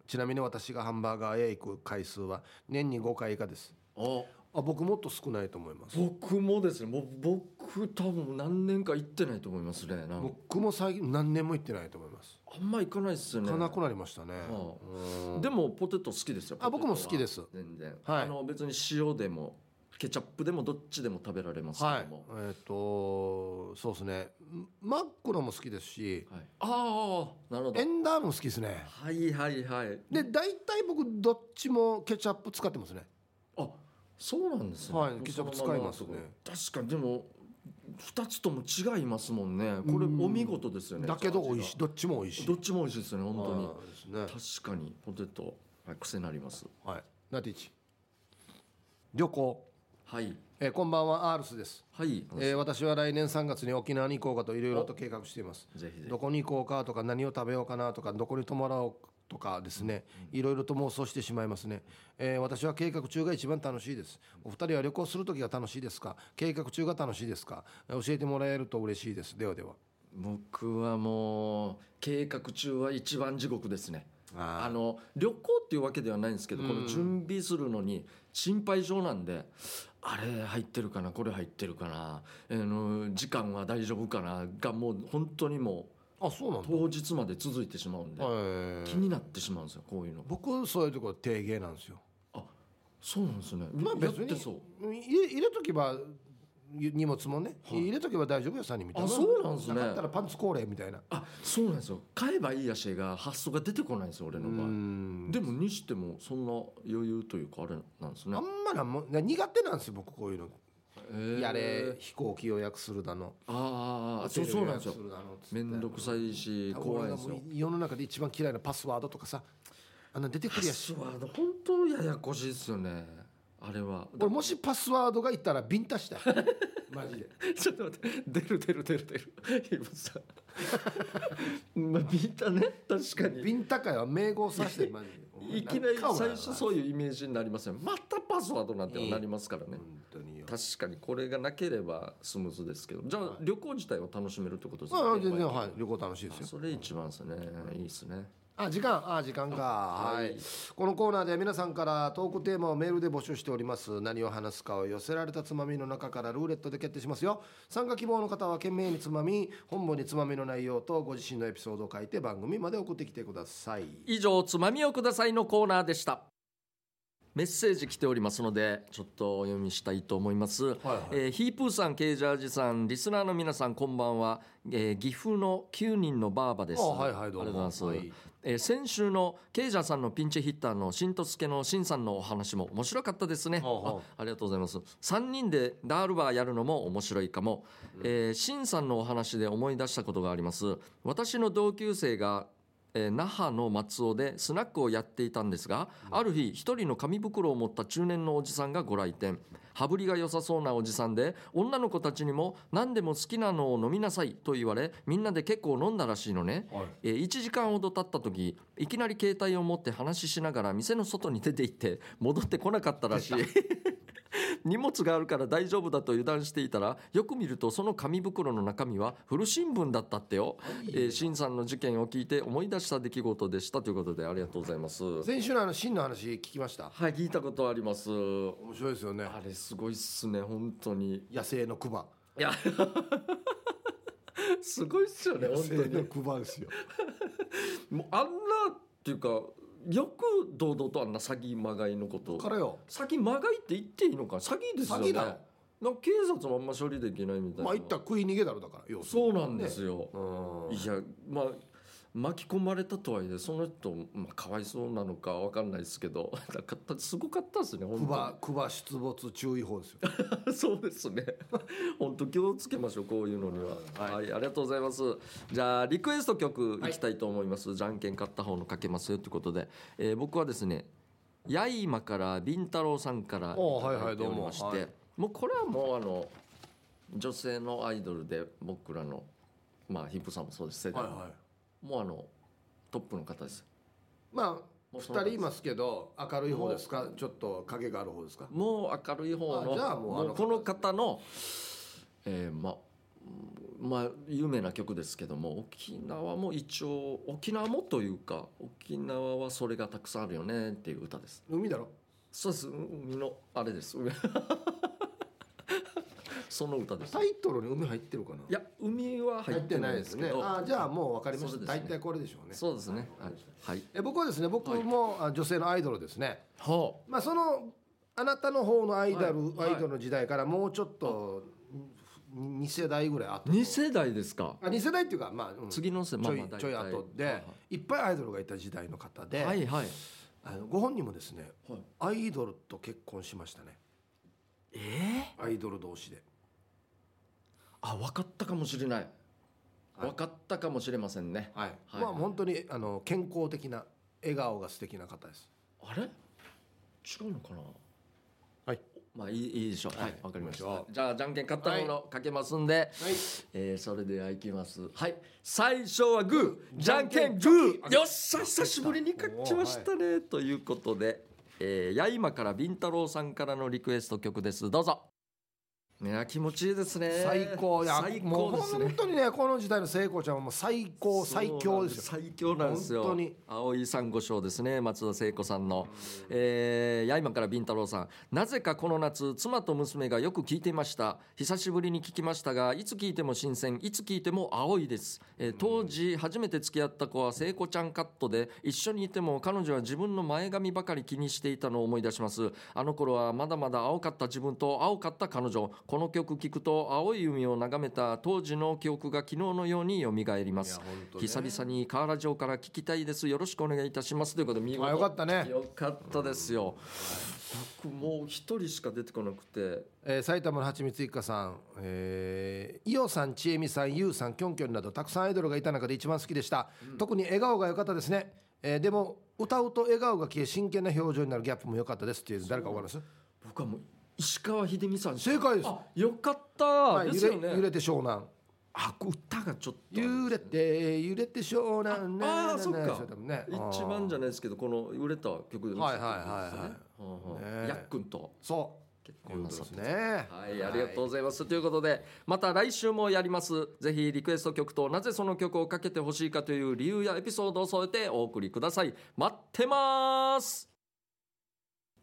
[SPEAKER 2] ちなみに私がハンバーガーへ行く回数は年に5回以下です
[SPEAKER 1] あ
[SPEAKER 2] あ僕もっと少ないと思います
[SPEAKER 1] 僕もですねもう僕多分何年か行ってないと思いますねなんか
[SPEAKER 2] 僕も最近何年も行ってないと思います
[SPEAKER 1] あんま行かないっすよね
[SPEAKER 2] 行かなくなりましたね、
[SPEAKER 1] はあ
[SPEAKER 2] うん
[SPEAKER 1] でもポテト好きですよ
[SPEAKER 2] あ
[SPEAKER 1] ポテト
[SPEAKER 2] 僕
[SPEAKER 1] は
[SPEAKER 2] も好きです
[SPEAKER 1] 全然、
[SPEAKER 2] はい
[SPEAKER 1] あの別に塩でもケチャップでもどっちでも食べられますけ
[SPEAKER 2] はい
[SPEAKER 1] ども、、
[SPEAKER 2] えっ、とそうですねマックのも好きですし
[SPEAKER 1] はいああなるほど
[SPEAKER 2] エンダーも好きですね
[SPEAKER 1] はいはいはい
[SPEAKER 2] で大体僕どっちもケチャップ使ってますね
[SPEAKER 1] あそうなんですね、
[SPEAKER 2] はいケチャップ使いますね
[SPEAKER 1] 確かにでも2つとも違いますもんねこれお見事ですよね
[SPEAKER 2] だけど美味しい
[SPEAKER 1] 味
[SPEAKER 2] どっちも美味し
[SPEAKER 1] が
[SPEAKER 2] い
[SPEAKER 1] どっちも美味しいですよね本当に
[SPEAKER 2] はいですね
[SPEAKER 1] 確かにポテト、はい、癖になります
[SPEAKER 2] はいナティチ旅行、
[SPEAKER 1] はい
[SPEAKER 2] えーこんばんはアールスです、
[SPEAKER 1] はい、
[SPEAKER 2] えー私は来年3月に沖縄に行こうかといろいろと計画しています
[SPEAKER 1] ぜひぜひ
[SPEAKER 2] どこに行こうかとか何を食べようかなとかどこに泊まろうとかですねいろいろと妄想してしまいますね、えー私は計画中が一番楽しいですお二人は旅行する時が楽しいですか計画中が楽しいですかえー教えてもらえると嬉しいですではでは
[SPEAKER 1] 僕はもう計画中は一番地獄ですねあ
[SPEAKER 2] あ
[SPEAKER 1] の旅行っていうわけではないんですけど、この準備するのに心配性なんであれ入ってるかなこれ入ってるかな、あの時間は大丈夫かながもう本当にも
[SPEAKER 2] あそうなん
[SPEAKER 1] う
[SPEAKER 2] だ、
[SPEAKER 1] 当日まで続いてしまうんで、
[SPEAKER 2] え
[SPEAKER 1] 気になってしまうんですよこういうの
[SPEAKER 2] 僕そういうところ定芸なんですよ
[SPEAKER 1] そうなんですね、
[SPEAKER 2] まあ別
[SPEAKER 1] やって
[SPEAKER 2] に
[SPEAKER 1] そう
[SPEAKER 2] うん入れ入れとけばゆ荷物もね、
[SPEAKER 1] はい
[SPEAKER 2] 入れとけば大丈夫やさにみたい
[SPEAKER 1] あ
[SPEAKER 2] な
[SPEAKER 1] そうなんすね
[SPEAKER 2] なかったらパンツ高齢みたいな
[SPEAKER 1] あそうなんですよ買えばいいやしが発想が出てこないんですよ俺の場合
[SPEAKER 2] ん
[SPEAKER 1] でもにしてもそんな余裕というかあれなんですね
[SPEAKER 2] あんまなんも苦手なんですよ僕こういうの
[SPEAKER 1] えー
[SPEAKER 2] やれ飛行機予約するだの
[SPEAKER 1] ああそうそうなんですよ面倒くさいし怖いんですよ
[SPEAKER 2] 世の中で一番嫌いなパスワードとかさあんな出てく
[SPEAKER 1] パ
[SPEAKER 2] るや
[SPEAKER 1] ス
[SPEAKER 2] し
[SPEAKER 1] ワード本当ややこしいですよねあれは
[SPEAKER 2] 俺もしパスワードがいったらビンタしたいマジで
[SPEAKER 1] ちょっと待って出る出る出る出る今さ まあビンタね確かに
[SPEAKER 2] ビンタ界は名号さしてマジで
[SPEAKER 1] いきなり最
[SPEAKER 2] お前なんかお
[SPEAKER 1] 初
[SPEAKER 2] 前
[SPEAKER 1] そういうイメージになりますよまたパスワードなん
[SPEAKER 2] い
[SPEAKER 1] て
[SPEAKER 2] い
[SPEAKER 1] なりますからね
[SPEAKER 2] 本当によ
[SPEAKER 1] 確かにこれがなければスムーズですけどじゃあ旅行自体は楽しめるってことです
[SPEAKER 2] あ
[SPEAKER 1] か
[SPEAKER 2] あ全然はい旅行楽しいですよ
[SPEAKER 1] それ一番ですねいいですね
[SPEAKER 2] あ時間あ時間かはい、このコーナーでは皆さんからトークテーマをメールで募集しております何を話すかを寄せられたつまみの中からルーレットで決定しますよ参加希望の方は懸命につまみ本文につまみの内容とご自身のエピソードを書いて番組まで送ってきてください
[SPEAKER 1] 以上「つまみをください」のコーナーでしたメッセージ来ておりますのでちょっとお読みしたいと思います、えーヒープーさんケージャージさんリスナーの皆さんこんばんは、えー岐阜の9人のバーバです
[SPEAKER 2] あはいはいどうも
[SPEAKER 1] ありがとうございます、
[SPEAKER 2] はい
[SPEAKER 1] えー先週のケージャーさんのピンチヒッターのしんとすけのしんさんのお話も面白かったですね
[SPEAKER 2] ほうほ
[SPEAKER 1] あありがとうございます3人でダールバーやるのも面白いかも、えー、しんさんのお話で思い出したことがあります私の同級生がえー那覇の松尾でスナックをやっていたんですが、ある日一人の紙袋を持った中年のおじさんがご来店羽振りが良さそうなおじさんで女の子たちにも何でも好きなのを飲みなさいと言われみんなで結構飲んだらしいのね、えー1時間ほど経った時いきなり携帯を持って話ししながら店の外に出て行って戻ってこなかったら しい荷物があるから大丈夫だと油断していたらよく見るとその紙袋の中身は古新聞だったってよ、えー、新さんの事件を聞いて思い出した出来事でしたということでありがとうございますは
[SPEAKER 2] 先週のあの真の話聞きました
[SPEAKER 1] い聞いたことあります
[SPEAKER 2] 面白いですよね
[SPEAKER 1] あれすごいっすね本当に
[SPEAKER 2] 野生のクマ
[SPEAKER 1] いや すごいっすよね本当に
[SPEAKER 2] クマですよ
[SPEAKER 1] もうあんなっていうかよく堂々とあんな詐欺まがいのこと
[SPEAKER 2] からよ
[SPEAKER 1] 詐欺まがいって言っていいのか詐欺ですよね
[SPEAKER 2] 詐欺だよ
[SPEAKER 1] なんか警察もあんま処理できないみたいな
[SPEAKER 2] まあ言ったら食い逃げだろうだから要するに
[SPEAKER 1] そうなんですよ、
[SPEAKER 2] うん
[SPEAKER 1] いやまあ巻き込まれたとはいえその人、まあ、かわいそうなのかわかんないですけど なんかたすごかったですね
[SPEAKER 2] ク
[SPEAKER 1] 本
[SPEAKER 2] マクマ出没注意報ですよ
[SPEAKER 1] 当に そうですね本当気をつけましょうこういうのにははい、ありがとうございますじゃあリクエスト曲いきたいと思います、じゃんけん勝った方のかけますよということで、えー僕はですねやいまからりんたろうさんからい
[SPEAKER 2] おー
[SPEAKER 1] ただいて
[SPEAKER 2] はいはいど
[SPEAKER 1] お
[SPEAKER 2] う
[SPEAKER 1] り
[SPEAKER 2] も
[SPEAKER 1] まして、
[SPEAKER 2] はい
[SPEAKER 1] もうこれはもうあの女性のアイドルで僕らのまあヒップさんもそうです世代もうあのトップの方です
[SPEAKER 2] まあ
[SPEAKER 1] もう
[SPEAKER 2] 2
[SPEAKER 1] そうなん
[SPEAKER 2] 人
[SPEAKER 1] です
[SPEAKER 2] いますけど明るい方ですかちょっと影がある方ですか
[SPEAKER 1] もう明るい方の
[SPEAKER 2] あじゃあもうあの
[SPEAKER 1] この方の、えーまうんまあ有名な曲ですけども沖縄も一応沖縄もというか沖縄はそれがたくさんあるよねっていう歌です
[SPEAKER 2] 海だろ
[SPEAKER 1] そうですう海のあれです海 その歌です
[SPEAKER 2] タイトルに海入ってるかない
[SPEAKER 1] や海は入
[SPEAKER 2] 入
[SPEAKER 1] っ
[SPEAKER 2] ってて
[SPEAKER 1] な
[SPEAKER 2] ないい
[SPEAKER 1] で
[SPEAKER 2] ですす
[SPEAKER 1] け
[SPEAKER 2] ね
[SPEAKER 1] ど
[SPEAKER 2] あじゃあもう分かりまし
[SPEAKER 1] そう
[SPEAKER 2] た
[SPEAKER 1] ですね
[SPEAKER 2] 大体これでしょうね
[SPEAKER 1] そうですねはい、はい、
[SPEAKER 2] え僕はですね僕もあ女性のアイドルですね
[SPEAKER 1] ほ
[SPEAKER 2] まあそのあなたの方のアイドル、
[SPEAKER 1] はいはい
[SPEAKER 2] アイドルの時代からもうちょっと2世代ぐらいあっ
[SPEAKER 1] う
[SPEAKER 2] た
[SPEAKER 1] 2世代ですか
[SPEAKER 2] あ2世代っていうかまあ、うん
[SPEAKER 1] 次の世
[SPEAKER 2] ち
[SPEAKER 1] ま
[SPEAKER 2] ょ
[SPEAKER 1] あ
[SPEAKER 2] い
[SPEAKER 1] まあ大体
[SPEAKER 2] ちょい後で、
[SPEAKER 1] はい
[SPEAKER 2] いっぱいアイドルがいた時代の方で、
[SPEAKER 1] はいはい
[SPEAKER 2] あのご本人もですね、
[SPEAKER 1] はい
[SPEAKER 2] アイドルと結婚しましたね
[SPEAKER 1] えー
[SPEAKER 2] アイドル同士で
[SPEAKER 1] あ分かったかもしれない
[SPEAKER 2] はい
[SPEAKER 1] 分かったかもしれませんね、
[SPEAKER 2] はい、
[SPEAKER 1] はい
[SPEAKER 2] まあ本当にあの健康的な笑顔が素敵な方です
[SPEAKER 1] あれ違うのかな
[SPEAKER 2] はい
[SPEAKER 1] まあいいいいでしょうはい、
[SPEAKER 2] はい
[SPEAKER 1] わかりました
[SPEAKER 2] 行きましょ
[SPEAKER 1] じゃあじゃんけん勝ったものかけますんで、えーそれではいきますはい最初はグーじゃんけんグーよっしゃ久しぶりに勝ちましたね、ということで、えー、や今からビンタロウさんからのリクエスト曲ですどうぞいや気持ちいいですね
[SPEAKER 2] 最高や
[SPEAKER 1] 最
[SPEAKER 2] もう
[SPEAKER 1] 高ですね
[SPEAKER 2] 本当にねこの時代の聖子ちゃんはもう最高最強ですよ
[SPEAKER 1] そうなん最強なんですよ
[SPEAKER 2] 本当に
[SPEAKER 1] 青い珊瑚礁ですね松田聖子さんの、えー、や今からビンタロウさんなぜかこの夏妻と娘がよく聞いていました久しぶりに聞きましたがいつ聞いても新鮮いつ聞いても青いです、えー当時初めて付き合った子は聖子ちゃんカットで一緒にいても彼女は自分の前髪ばかり気にしていたのを思い出しますあの頃はまだまだ青かった自分と青かった彼女この曲聴くと青い海を眺めた当時の記憶が昨日のように蘇ります
[SPEAKER 2] いや本当ね
[SPEAKER 1] 久々に河原城から聞きたいですよろしくお願いいたしますということで見事
[SPEAKER 2] あよかったね
[SPEAKER 1] よかったですよ、僕もう一人しか出てこなくて
[SPEAKER 2] えー埼玉のはちみつ一家さん、えー、伊代さんちえみさんゆうさんきょんきょんなどたくさんアイドルがいた中で一番好きでした、特に笑顔が良かったですね、えーでも歌うと笑顔が消え真剣な表情になるギャップも良かったですっていう誰かわかります
[SPEAKER 1] 僕はもう石川秀美さん
[SPEAKER 2] 正解です
[SPEAKER 1] あよかった、
[SPEAKER 2] はい
[SPEAKER 1] です
[SPEAKER 2] 揺
[SPEAKER 1] よ
[SPEAKER 2] れ
[SPEAKER 1] ね
[SPEAKER 2] 揺れて湘南
[SPEAKER 1] あ歌がちょっと
[SPEAKER 2] 揺れて揺れて湘南ね
[SPEAKER 1] ああそっ
[SPEAKER 2] ね
[SPEAKER 1] か
[SPEAKER 2] れ多分ね
[SPEAKER 1] 一番じゃないですけどこの売れた曲ですね
[SPEAKER 2] はいはいは
[SPEAKER 1] うんうん
[SPEAKER 2] ねえ
[SPEAKER 1] やっくんと
[SPEAKER 2] そう
[SPEAKER 1] 結
[SPEAKER 2] とい
[SPEAKER 1] 婚
[SPEAKER 2] う
[SPEAKER 1] な
[SPEAKER 2] こと
[SPEAKER 1] さっ
[SPEAKER 2] で
[SPEAKER 1] て
[SPEAKER 2] すね
[SPEAKER 1] はい、ありがとうございます。ということで、また来週もやります。ぜひリクエスト曲となぜその曲をかけてほしいかという理由やエピソードを添えてお送りください。待ってます。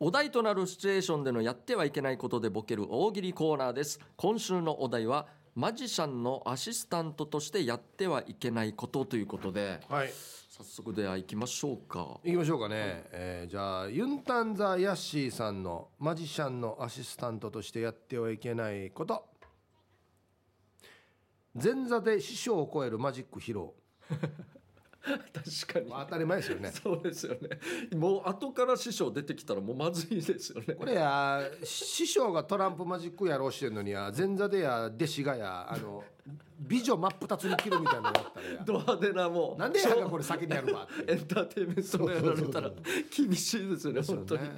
[SPEAKER 1] お題となるシチュエーションでのやってはいけないことでボケる大喜利コーナーです。今週のお題は、マジシャンのアシスタントとしてやってはいけないことということで、
[SPEAKER 2] はい
[SPEAKER 1] 早速では行きましょうか。
[SPEAKER 2] 行きましょうかね、えーじゃあユンタンザヤッシーさんのマジシャンのアシスタントとしてやってはいけないこと前座で師匠を超えるマジック披露、
[SPEAKER 1] 確かに
[SPEAKER 2] まあ、当たり前で すよね
[SPEAKER 1] そうですよね。もう後から師匠出てきたらもうまずいですよね。
[SPEAKER 2] これや師匠がトランプマジックやろうしてるのにや前座でや弟子がやあの美女真っ二つに切るみたいなのがあったらや
[SPEAKER 1] ド派手なもう
[SPEAKER 2] なんでやんかこれ先にやるわって
[SPEAKER 1] エンターテインメントをやられたら厳しいですよね本当に
[SPEAKER 2] ね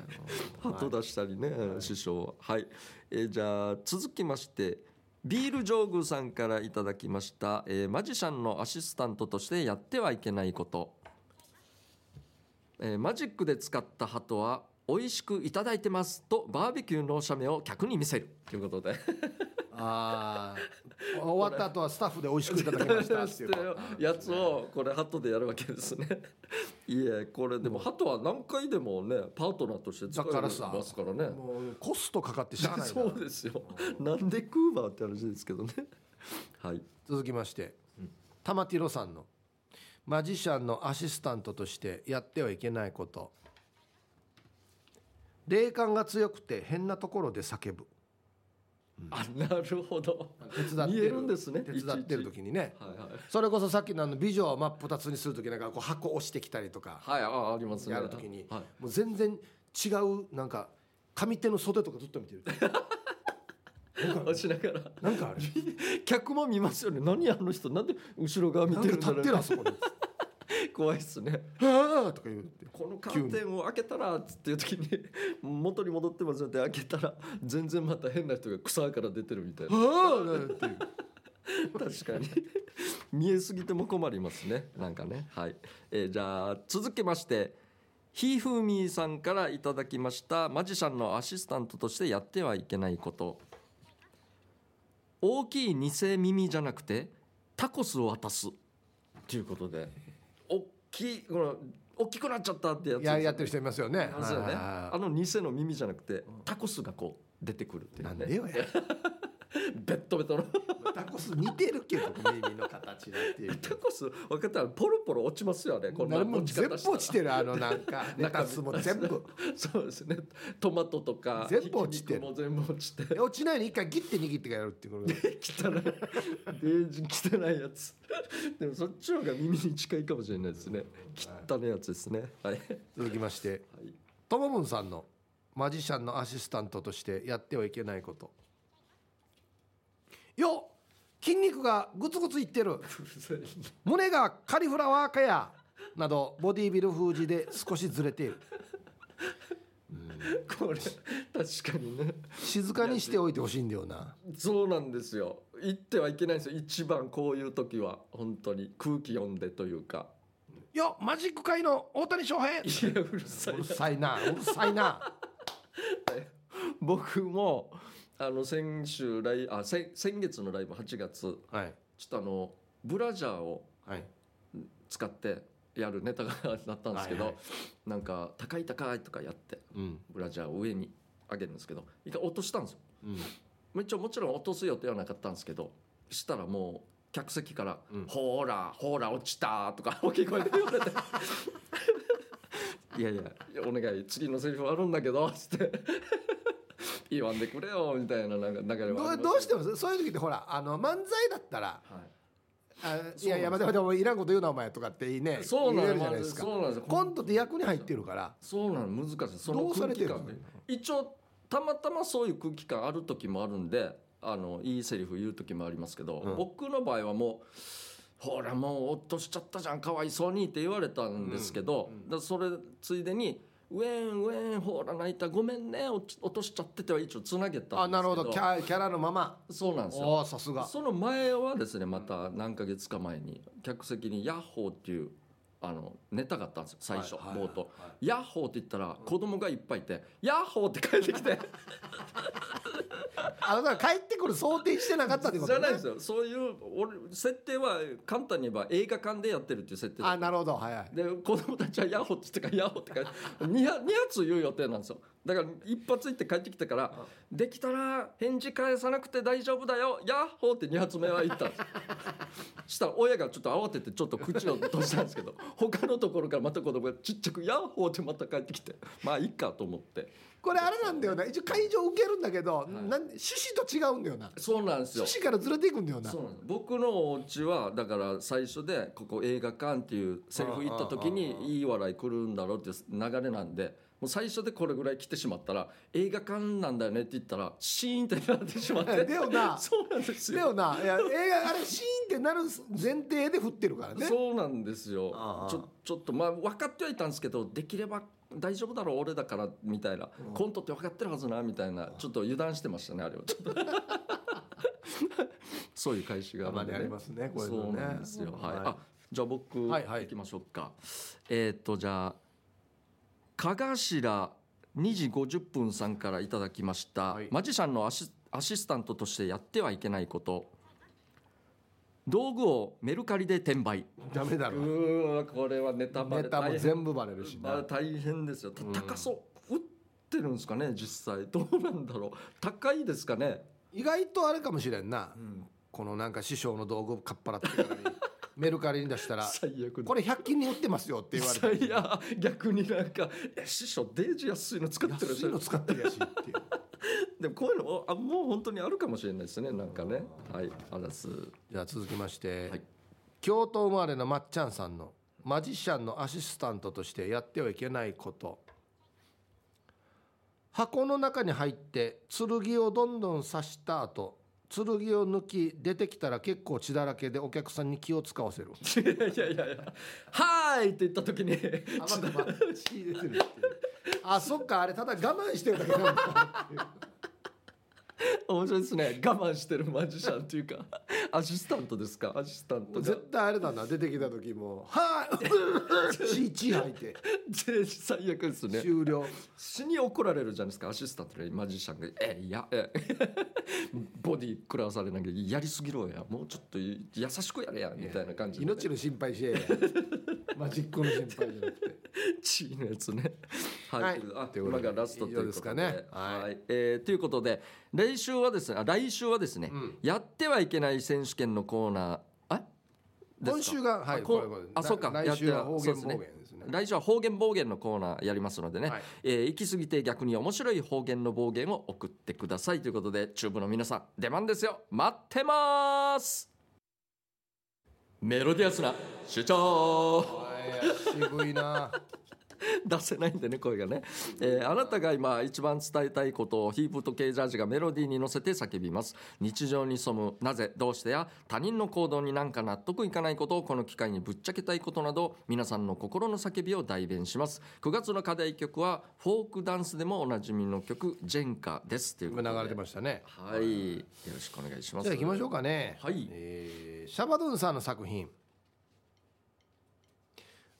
[SPEAKER 1] 鳩出したりね、師匠ははい、えーじゃあ続きましてビール上宮さんからいただきました、えーマジシャンのアシスタントとしてやってはいけないこと、えーマジックで使った鳩は美味しくいただいてますとバーベキューの写メを客に見せるということで
[SPEAKER 2] ああ終わった後はスタッフで美味しくいただきましたっていう
[SPEAKER 1] やつをこれハトでやるわけですねいえこれでもハトは何回でもねパートナーとして使えますからね
[SPEAKER 2] もうコストかかってしゃあないな
[SPEAKER 1] そうですよなんでクーバーって話ですけどねはい
[SPEAKER 2] 続きまして玉ティロさんのマジシャンのアシスタントとしてやってはいけないこと霊感が強くて変なところで叫ぶ
[SPEAKER 1] あなるほど
[SPEAKER 2] 手伝って
[SPEAKER 1] 見えるんですね
[SPEAKER 2] 手伝ってる時にね
[SPEAKER 1] はいはい
[SPEAKER 2] それこそさっきのあの美女を真っ二つにする時なんかこう箱押してきたりとか
[SPEAKER 1] はいあありますね
[SPEAKER 2] やるときに、
[SPEAKER 1] はい
[SPEAKER 2] もう全然違うなんか上手の袖とかずっと見てる
[SPEAKER 1] 押しながら
[SPEAKER 2] なんかあれ
[SPEAKER 1] 客も見ますよね何あの人なんで後ろ側見てるんだ
[SPEAKER 2] なんか立
[SPEAKER 1] ろ
[SPEAKER 2] っ
[SPEAKER 1] う
[SPEAKER 2] てるあそこで
[SPEAKER 1] 怖いですね
[SPEAKER 2] 「ああ」とか言うって
[SPEAKER 1] このカーテンを開けたらっつっていう時に元に戻ってますよって開けたら全然また変な人が草から出てるみたい
[SPEAKER 2] 「あ
[SPEAKER 1] な
[SPEAKER 2] あ」なんていう
[SPEAKER 1] 確かに見えすぎても困りますねなんかねはい、えーじゃあ続きましてひーふーみーさんからいただきましたマジシャンのアシスタントとしてやってはいけないこと大きい偽耳じゃなくてタコスを渡すということで大きいこの大きくなっちゃったってやつですよ
[SPEAKER 2] や
[SPEAKER 1] ね
[SPEAKER 2] やってる人いますよね
[SPEAKER 1] あそうよねあ
[SPEAKER 2] あ
[SPEAKER 1] の偽の耳じゃなくてタコスがこう出てくるっていう、
[SPEAKER 2] ーな
[SPEAKER 1] ね、
[SPEAKER 2] んでよや
[SPEAKER 1] ベッドベトの
[SPEAKER 2] タコス似てるけど耳の形だっていう
[SPEAKER 1] タコス分かったらポロポロ落ちますよねこんな
[SPEAKER 2] 何も
[SPEAKER 1] 落ち
[SPEAKER 2] 全
[SPEAKER 1] 方
[SPEAKER 2] 部
[SPEAKER 1] したら
[SPEAKER 2] 落ちてるあのなんかレタスも全部
[SPEAKER 1] そうですねトマトとか
[SPEAKER 2] 全部落ちてる
[SPEAKER 1] ひき肉も全部落ちて
[SPEAKER 2] 落ちないように一回ギッて握ってからやるっていうこ
[SPEAKER 1] 汚い米人汚いやつ でもそっちの方が耳に近いかもしれないですね汚いやつですね はい
[SPEAKER 2] と続きましてともぶんさんのマジシャンのアシスタントとしてやってはいけないことよっ筋肉がグツグツいってる胸がカリフラワーかやなどボディービル風字で少しずれている
[SPEAKER 1] これ確かにね
[SPEAKER 2] 静かにしておいてほしいんだよな
[SPEAKER 1] そうなんですよ言ってはいけないんですよ一番こういう時は本当に空気読んでというか
[SPEAKER 2] よマジック界の大谷翔平
[SPEAKER 1] いやうるさいう
[SPEAKER 2] るさいなうるさいな
[SPEAKER 1] 僕もあの先週ライあ先先月のライブ8月ちょ
[SPEAKER 2] はい
[SPEAKER 1] っとあのブラジャーを
[SPEAKER 2] はい
[SPEAKER 1] 使ってやるネタがなったんですけど、
[SPEAKER 2] はいは
[SPEAKER 1] なんか「高い高い」とかやって
[SPEAKER 2] うん
[SPEAKER 1] ブラジャーを上に上げるんですけど一回落としたんですよ
[SPEAKER 2] うん
[SPEAKER 1] もちろんもちろん落とす予定はなかったんですけどしたらもう客席から「
[SPEAKER 2] うん
[SPEAKER 1] ほーらほーら落ちた」とか 大きい声で言われ て「いやいやお願い次のセリフあるんだけど」つって 「言わんでくれよ」みたいななんか流れ
[SPEAKER 2] ど
[SPEAKER 1] はあ
[SPEAKER 2] う
[SPEAKER 1] りま
[SPEAKER 2] どう
[SPEAKER 1] す
[SPEAKER 2] し
[SPEAKER 1] け
[SPEAKER 2] て
[SPEAKER 1] ど
[SPEAKER 2] もそういう時ってほらあの漫才だったら
[SPEAKER 1] はい
[SPEAKER 2] あいやいや待て待てお前いらんこと言うなお前とかっていいね
[SPEAKER 1] そうな
[SPEAKER 2] 言え
[SPEAKER 1] ん
[SPEAKER 2] るじゃない
[SPEAKER 1] で
[SPEAKER 2] ですすか
[SPEAKER 1] そうなんです
[SPEAKER 2] コントって役に入ってるから
[SPEAKER 1] そうなの難しいその
[SPEAKER 2] どうさ
[SPEAKER 1] 空
[SPEAKER 2] れ
[SPEAKER 1] 気
[SPEAKER 2] てる
[SPEAKER 1] 感
[SPEAKER 2] んですか
[SPEAKER 1] 一応たまたまそういう空気感ある時もあるんであのいいセリフ言う時もありますけど、
[SPEAKER 2] うん
[SPEAKER 1] 僕の場合はもうほらもう落としちゃったじゃんかわいそうにって言われたんですけど、だからそれついでに「ウェーンウェーンほら泣いたごめんね落ち落としちゃって」ては一応つなげたんですけど
[SPEAKER 2] あなるほどキャキャラのまま
[SPEAKER 1] そうなんですよ
[SPEAKER 2] おおさすが
[SPEAKER 1] その前はですねまた何ヶ月か前に客席に「ヤッホー」っていうあのネタがあったんですよ最初
[SPEAKER 2] はいはい
[SPEAKER 1] 冒頭「ヤッホー」って言ったら子供がいっぱいいて「ヤッホー」って帰ってき て
[SPEAKER 2] あだから帰ってくる想定してなかったってこ
[SPEAKER 1] じゃ
[SPEAKER 2] とね
[SPEAKER 1] ないですよそういう俺設定は簡単に言えば映画館でやってるっていう設定だ
[SPEAKER 2] あ
[SPEAKER 1] った
[SPEAKER 2] なるほどはいはい
[SPEAKER 1] で子供たちは「ヤッホー」って言ってから「ヤッホー」って帰って2発言う予定なんですよだから一発言って帰ってきたから「できたら返事返さなくて大丈夫だよヤッホー」って2発目は言ったんですしたら親がちょっと慌ててちょっと口を閉じたんですけど他のところからまた子供がちっちゃく「ヤッホー」ってまた帰ってきてまあいいかと思って
[SPEAKER 2] これあれなんだよな一応会場受けるんだけど、
[SPEAKER 1] い
[SPEAKER 2] なん趣旨と違うんだよな
[SPEAKER 1] そうなんですよ
[SPEAKER 2] 趣旨からずれていくんだよな
[SPEAKER 1] そうなんです僕のお家はだから最初でここ映画館っていうセリフ言った時
[SPEAKER 2] ああああああ
[SPEAKER 1] にいい笑い来るんだろうっていう流れなんでもう最初でこれぐらい来てしまったら映画館なんだよねって言ったらシーンってなってしまっ て
[SPEAKER 2] だよな
[SPEAKER 1] そうなんです
[SPEAKER 2] だ
[SPEAKER 1] よ
[SPEAKER 2] よないや映画あれシーンってなる前提で振ってるからね
[SPEAKER 1] そうなんですよ
[SPEAKER 2] ああ
[SPEAKER 1] ちょちょっとまあ分かってはいたんですけどできれば大丈夫だろう俺だからみたいな、コントって分かってるはずなみたいなちょっと油断してましたねあれはちょ っとそういう返しが
[SPEAKER 2] た
[SPEAKER 1] あ
[SPEAKER 2] ま
[SPEAKER 1] るん
[SPEAKER 2] に
[SPEAKER 1] で
[SPEAKER 2] あ
[SPEAKER 1] ね
[SPEAKER 2] りますねこういう
[SPEAKER 1] そ
[SPEAKER 2] の
[SPEAKER 1] う
[SPEAKER 2] ね
[SPEAKER 1] なんですよ。はい。
[SPEAKER 2] はい
[SPEAKER 1] あ、じゃあ僕
[SPEAKER 2] はいはい
[SPEAKER 1] 行きましょうか。えっとじゃあ加賀頭2時50分さんからいただきました
[SPEAKER 2] はい。
[SPEAKER 1] マジシャンのアシアシスタントとしてやってはいけないこと。道具をメルカリで転売。
[SPEAKER 2] ダメだ
[SPEAKER 1] う
[SPEAKER 2] ろ
[SPEAKER 1] ーこれはネタバ
[SPEAKER 2] ネ
[SPEAKER 1] レ
[SPEAKER 2] タも
[SPEAKER 1] 大変。
[SPEAKER 2] 全部バレるし
[SPEAKER 1] まあ
[SPEAKER 2] な
[SPEAKER 1] 大変ですよ。た高そう。売ってるんですかね実際どうなんだろう。高いですかね。
[SPEAKER 2] 意外とあれかもしれんなこのなんか師匠の道具かっぱらって るのにメルカリに出したら
[SPEAKER 1] 最悪だ
[SPEAKER 2] これ100均に売ってますよって言われて
[SPEAKER 1] いや逆になんか「え師匠デージ安いの使ってらっし
[SPEAKER 2] 安
[SPEAKER 1] ゃ
[SPEAKER 2] い
[SPEAKER 1] る
[SPEAKER 2] の」使ってるやしっていう
[SPEAKER 1] でもこういうのあもう本当にあるかもしれないですねなんかねはいあらす
[SPEAKER 2] じゃあ続きまして、
[SPEAKER 1] はい
[SPEAKER 2] 京都生まれのまっちゃんさんのマジシャンのアシスタントとしてやってはいけないこと箱の中に入って剣をどんどん刺した後剣を抜き出てきたら結構血だらけでお客さんに気を使わせる
[SPEAKER 1] いやいやいやいや「はーい!」って言った時に
[SPEAKER 2] あ、待って待って血出てるっていう あそっかあれただ我慢してるだけなんだ
[SPEAKER 1] 面白いですね我慢してるマジシャンっていうかアシスタントですかアシスタントが
[SPEAKER 2] 絶対あれだな出てきた時も「はい!」血血吐いて
[SPEAKER 1] 全最悪ですね
[SPEAKER 2] 終了
[SPEAKER 1] 死に怒られるじゃないですかアシスタントにマジシャンが「えいやえボディ食らわされなきゃやりすぎろやもうちょっと優しくやれや」みたいな感じで
[SPEAKER 2] 命の心配しえやマジックの心配じゃなくて
[SPEAKER 1] チーのやつね。はい、
[SPEAKER 2] はい
[SPEAKER 1] あ、
[SPEAKER 2] というこ
[SPEAKER 1] 今
[SPEAKER 2] とで
[SPEAKER 1] がラストということで
[SPEAKER 2] 以上ですかねはい
[SPEAKER 1] はい、えーということで、来週はですね、あ、来週はですね、やってはいけない選手権のコーナー。あ。ですか
[SPEAKER 2] 今週がは
[SPEAKER 1] あ
[SPEAKER 2] い
[SPEAKER 1] こ
[SPEAKER 2] これこれ
[SPEAKER 1] あそうか
[SPEAKER 2] 来週
[SPEAKER 1] や
[SPEAKER 2] は
[SPEAKER 1] ってそう
[SPEAKER 2] 方言
[SPEAKER 1] です
[SPEAKER 2] 暴
[SPEAKER 1] ね
[SPEAKER 2] 言ですね
[SPEAKER 1] 来週は方言暴言のコーナーやりますのでね、
[SPEAKER 2] はい
[SPEAKER 1] えー行き過ぎて逆に面白い方言の暴言を送ってくださいということでチューブの皆さん出番ですよ待ってますメロディアスな主張
[SPEAKER 2] はい渋いな
[SPEAKER 1] 出せないんでね声がね、えーあなたが今一番伝えたいことをヒープとケージャージがメロディーに乗せて叫びます日常に潜むなぜどうしてや他人の行動になんか納得いかないことをこの機会にぶっちゃけたいことなど皆さんの心の叫びを代弁します9月の課題曲はフォークダンスでもおなじみの曲「ジェンカ」ですというこ
[SPEAKER 2] 今
[SPEAKER 1] とで
[SPEAKER 2] 流れてましたね
[SPEAKER 1] はいよろしくお願いします
[SPEAKER 2] じゃあ行きましょうかね
[SPEAKER 1] はい
[SPEAKER 2] えーシャバドゥンさんの作品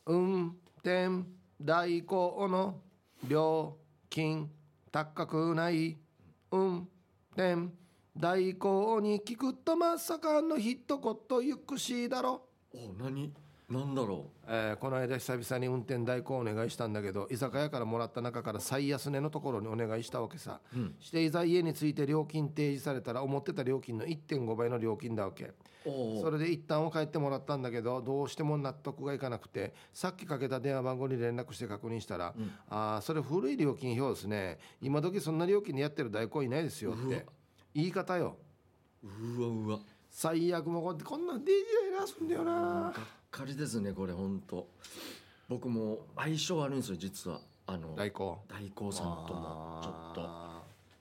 [SPEAKER 2] 運転代行の料金高くない運転代行に聞くとまさかの一言ゆくしいだろ
[SPEAKER 1] お何何だろ
[SPEAKER 2] えーこの間久々に運転代行お願いしたんだけど居酒屋からもらった中から最安値のところにお願いしたわけさ、
[SPEAKER 1] ん
[SPEAKER 2] していざ家に着いて料金提示されたら思ってた料金の1.5倍の料金だわけ
[SPEAKER 1] うお
[SPEAKER 2] そ
[SPEAKER 1] ー
[SPEAKER 2] れで一旦を帰ってもらったんだけどどうしても納得がいかなくてさっきかけた電話番号に連絡して確認したら「
[SPEAKER 1] うん
[SPEAKER 2] ああそれ古い料金表ですね今時そんな料金でやってる代行いないですよ」っ
[SPEAKER 1] うわ
[SPEAKER 2] て言い方よ
[SPEAKER 1] うわうわ
[SPEAKER 2] 最悪もうこうやってこんなん DJ がすんだよな
[SPEAKER 1] がっかりですねこれ本当僕も相性悪いんですよ実はあの
[SPEAKER 2] 代行
[SPEAKER 1] 大光さんともちょっと
[SPEAKER 2] あ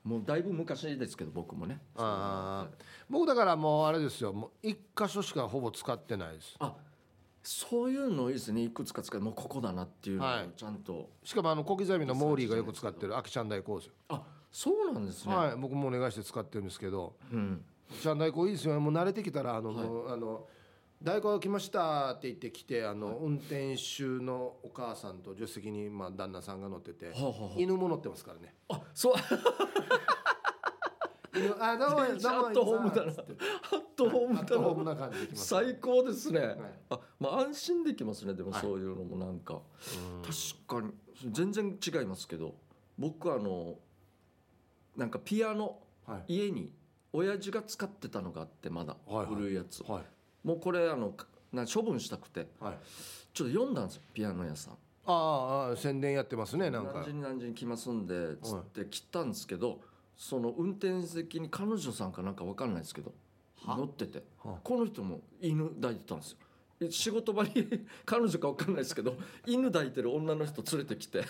[SPEAKER 2] ー
[SPEAKER 1] もうだいぶ昔ですけど僕もね
[SPEAKER 2] ああ僕だからもうあれですよもう一箇所しかほぼ使ってないです
[SPEAKER 1] あそういうのいいですねいくつか使うもうここだなっていうのを
[SPEAKER 2] はい
[SPEAKER 1] ちゃんと、
[SPEAKER 2] しかもあの小刻みのモーリーがよく使ってるアキちゃん大工ですよ、
[SPEAKER 1] あそうなんですね、
[SPEAKER 2] はい僕もお願いして使ってるんですけど
[SPEAKER 1] うん、
[SPEAKER 2] ちゃん大工いいですよねもう慣れてきたらあの、
[SPEAKER 1] はい
[SPEAKER 2] もうあの大工が来ましたって言って来てあの、運転手のお母さんと助手席にまあ旦那さんが乗ってて、
[SPEAKER 1] あはあはあ
[SPEAKER 2] 犬も乗ってますからね
[SPEAKER 1] あ そう
[SPEAKER 2] 犬あどうもどうも
[SPEAKER 1] ちゃんとホームだな
[SPEAKER 2] っつって
[SPEAKER 1] ハットホーム
[SPEAKER 2] アッ
[SPEAKER 1] だ
[SPEAKER 2] トホーム
[SPEAKER 1] な
[SPEAKER 2] な感じで来ます
[SPEAKER 1] 最高ですね、
[SPEAKER 2] い
[SPEAKER 1] あまあ安心できますねでも
[SPEAKER 2] はい
[SPEAKER 1] そういうのもなんか、確かに全然違いますけど僕はあのなんかピアノ
[SPEAKER 2] はい
[SPEAKER 1] 家に親父が使ってたのがあってまだ
[SPEAKER 2] はいはい
[SPEAKER 1] 古いやつ、
[SPEAKER 2] はい
[SPEAKER 1] もうこれあのかな処分したくて
[SPEAKER 2] はい
[SPEAKER 1] ちょっと読んだんですよピアノ屋さん
[SPEAKER 2] ああああ宣伝やってますねなん
[SPEAKER 1] 何
[SPEAKER 2] か
[SPEAKER 1] 時に何時に来ますんでつって来たんですけどその運転席に彼女さんかなんか分かんないですけど乗ってて
[SPEAKER 2] は
[SPEAKER 1] この人も犬抱いてたんですよえ仕事場に 彼女か分かんないですけど犬抱いてる女の人連れてきて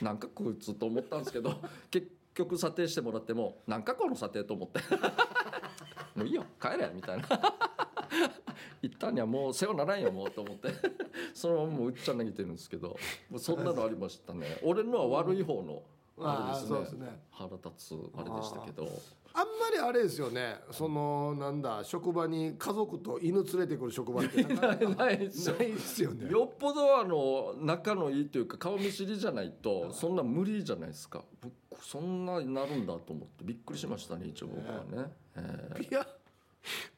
[SPEAKER 1] なんかこいつと思ったんですけど結局査定してもらってもなんかこの査定と思ってもういいよ帰れみたいな一旦にはもう世話ならんよもうと思ってそのままもううっちゃ投げてるんですけどもうそんなのありましたね俺のは悪い方のあれです
[SPEAKER 2] あーそう
[SPEAKER 1] ね
[SPEAKER 2] ですね
[SPEAKER 1] 腹立つあれでしたけ ど
[SPEAKER 2] あんまりあれですよねそのなんだ職場に家族と犬連れてくる職場っ てなかなか
[SPEAKER 1] ないですよ
[SPEAKER 2] ないですよね
[SPEAKER 1] よっぽどあの仲のいいというか顔見知りじゃないとそんな無理じゃないですか僕そんなになるんだと思ってびっくりしましたね一応僕はね、ええ
[SPEAKER 2] ピア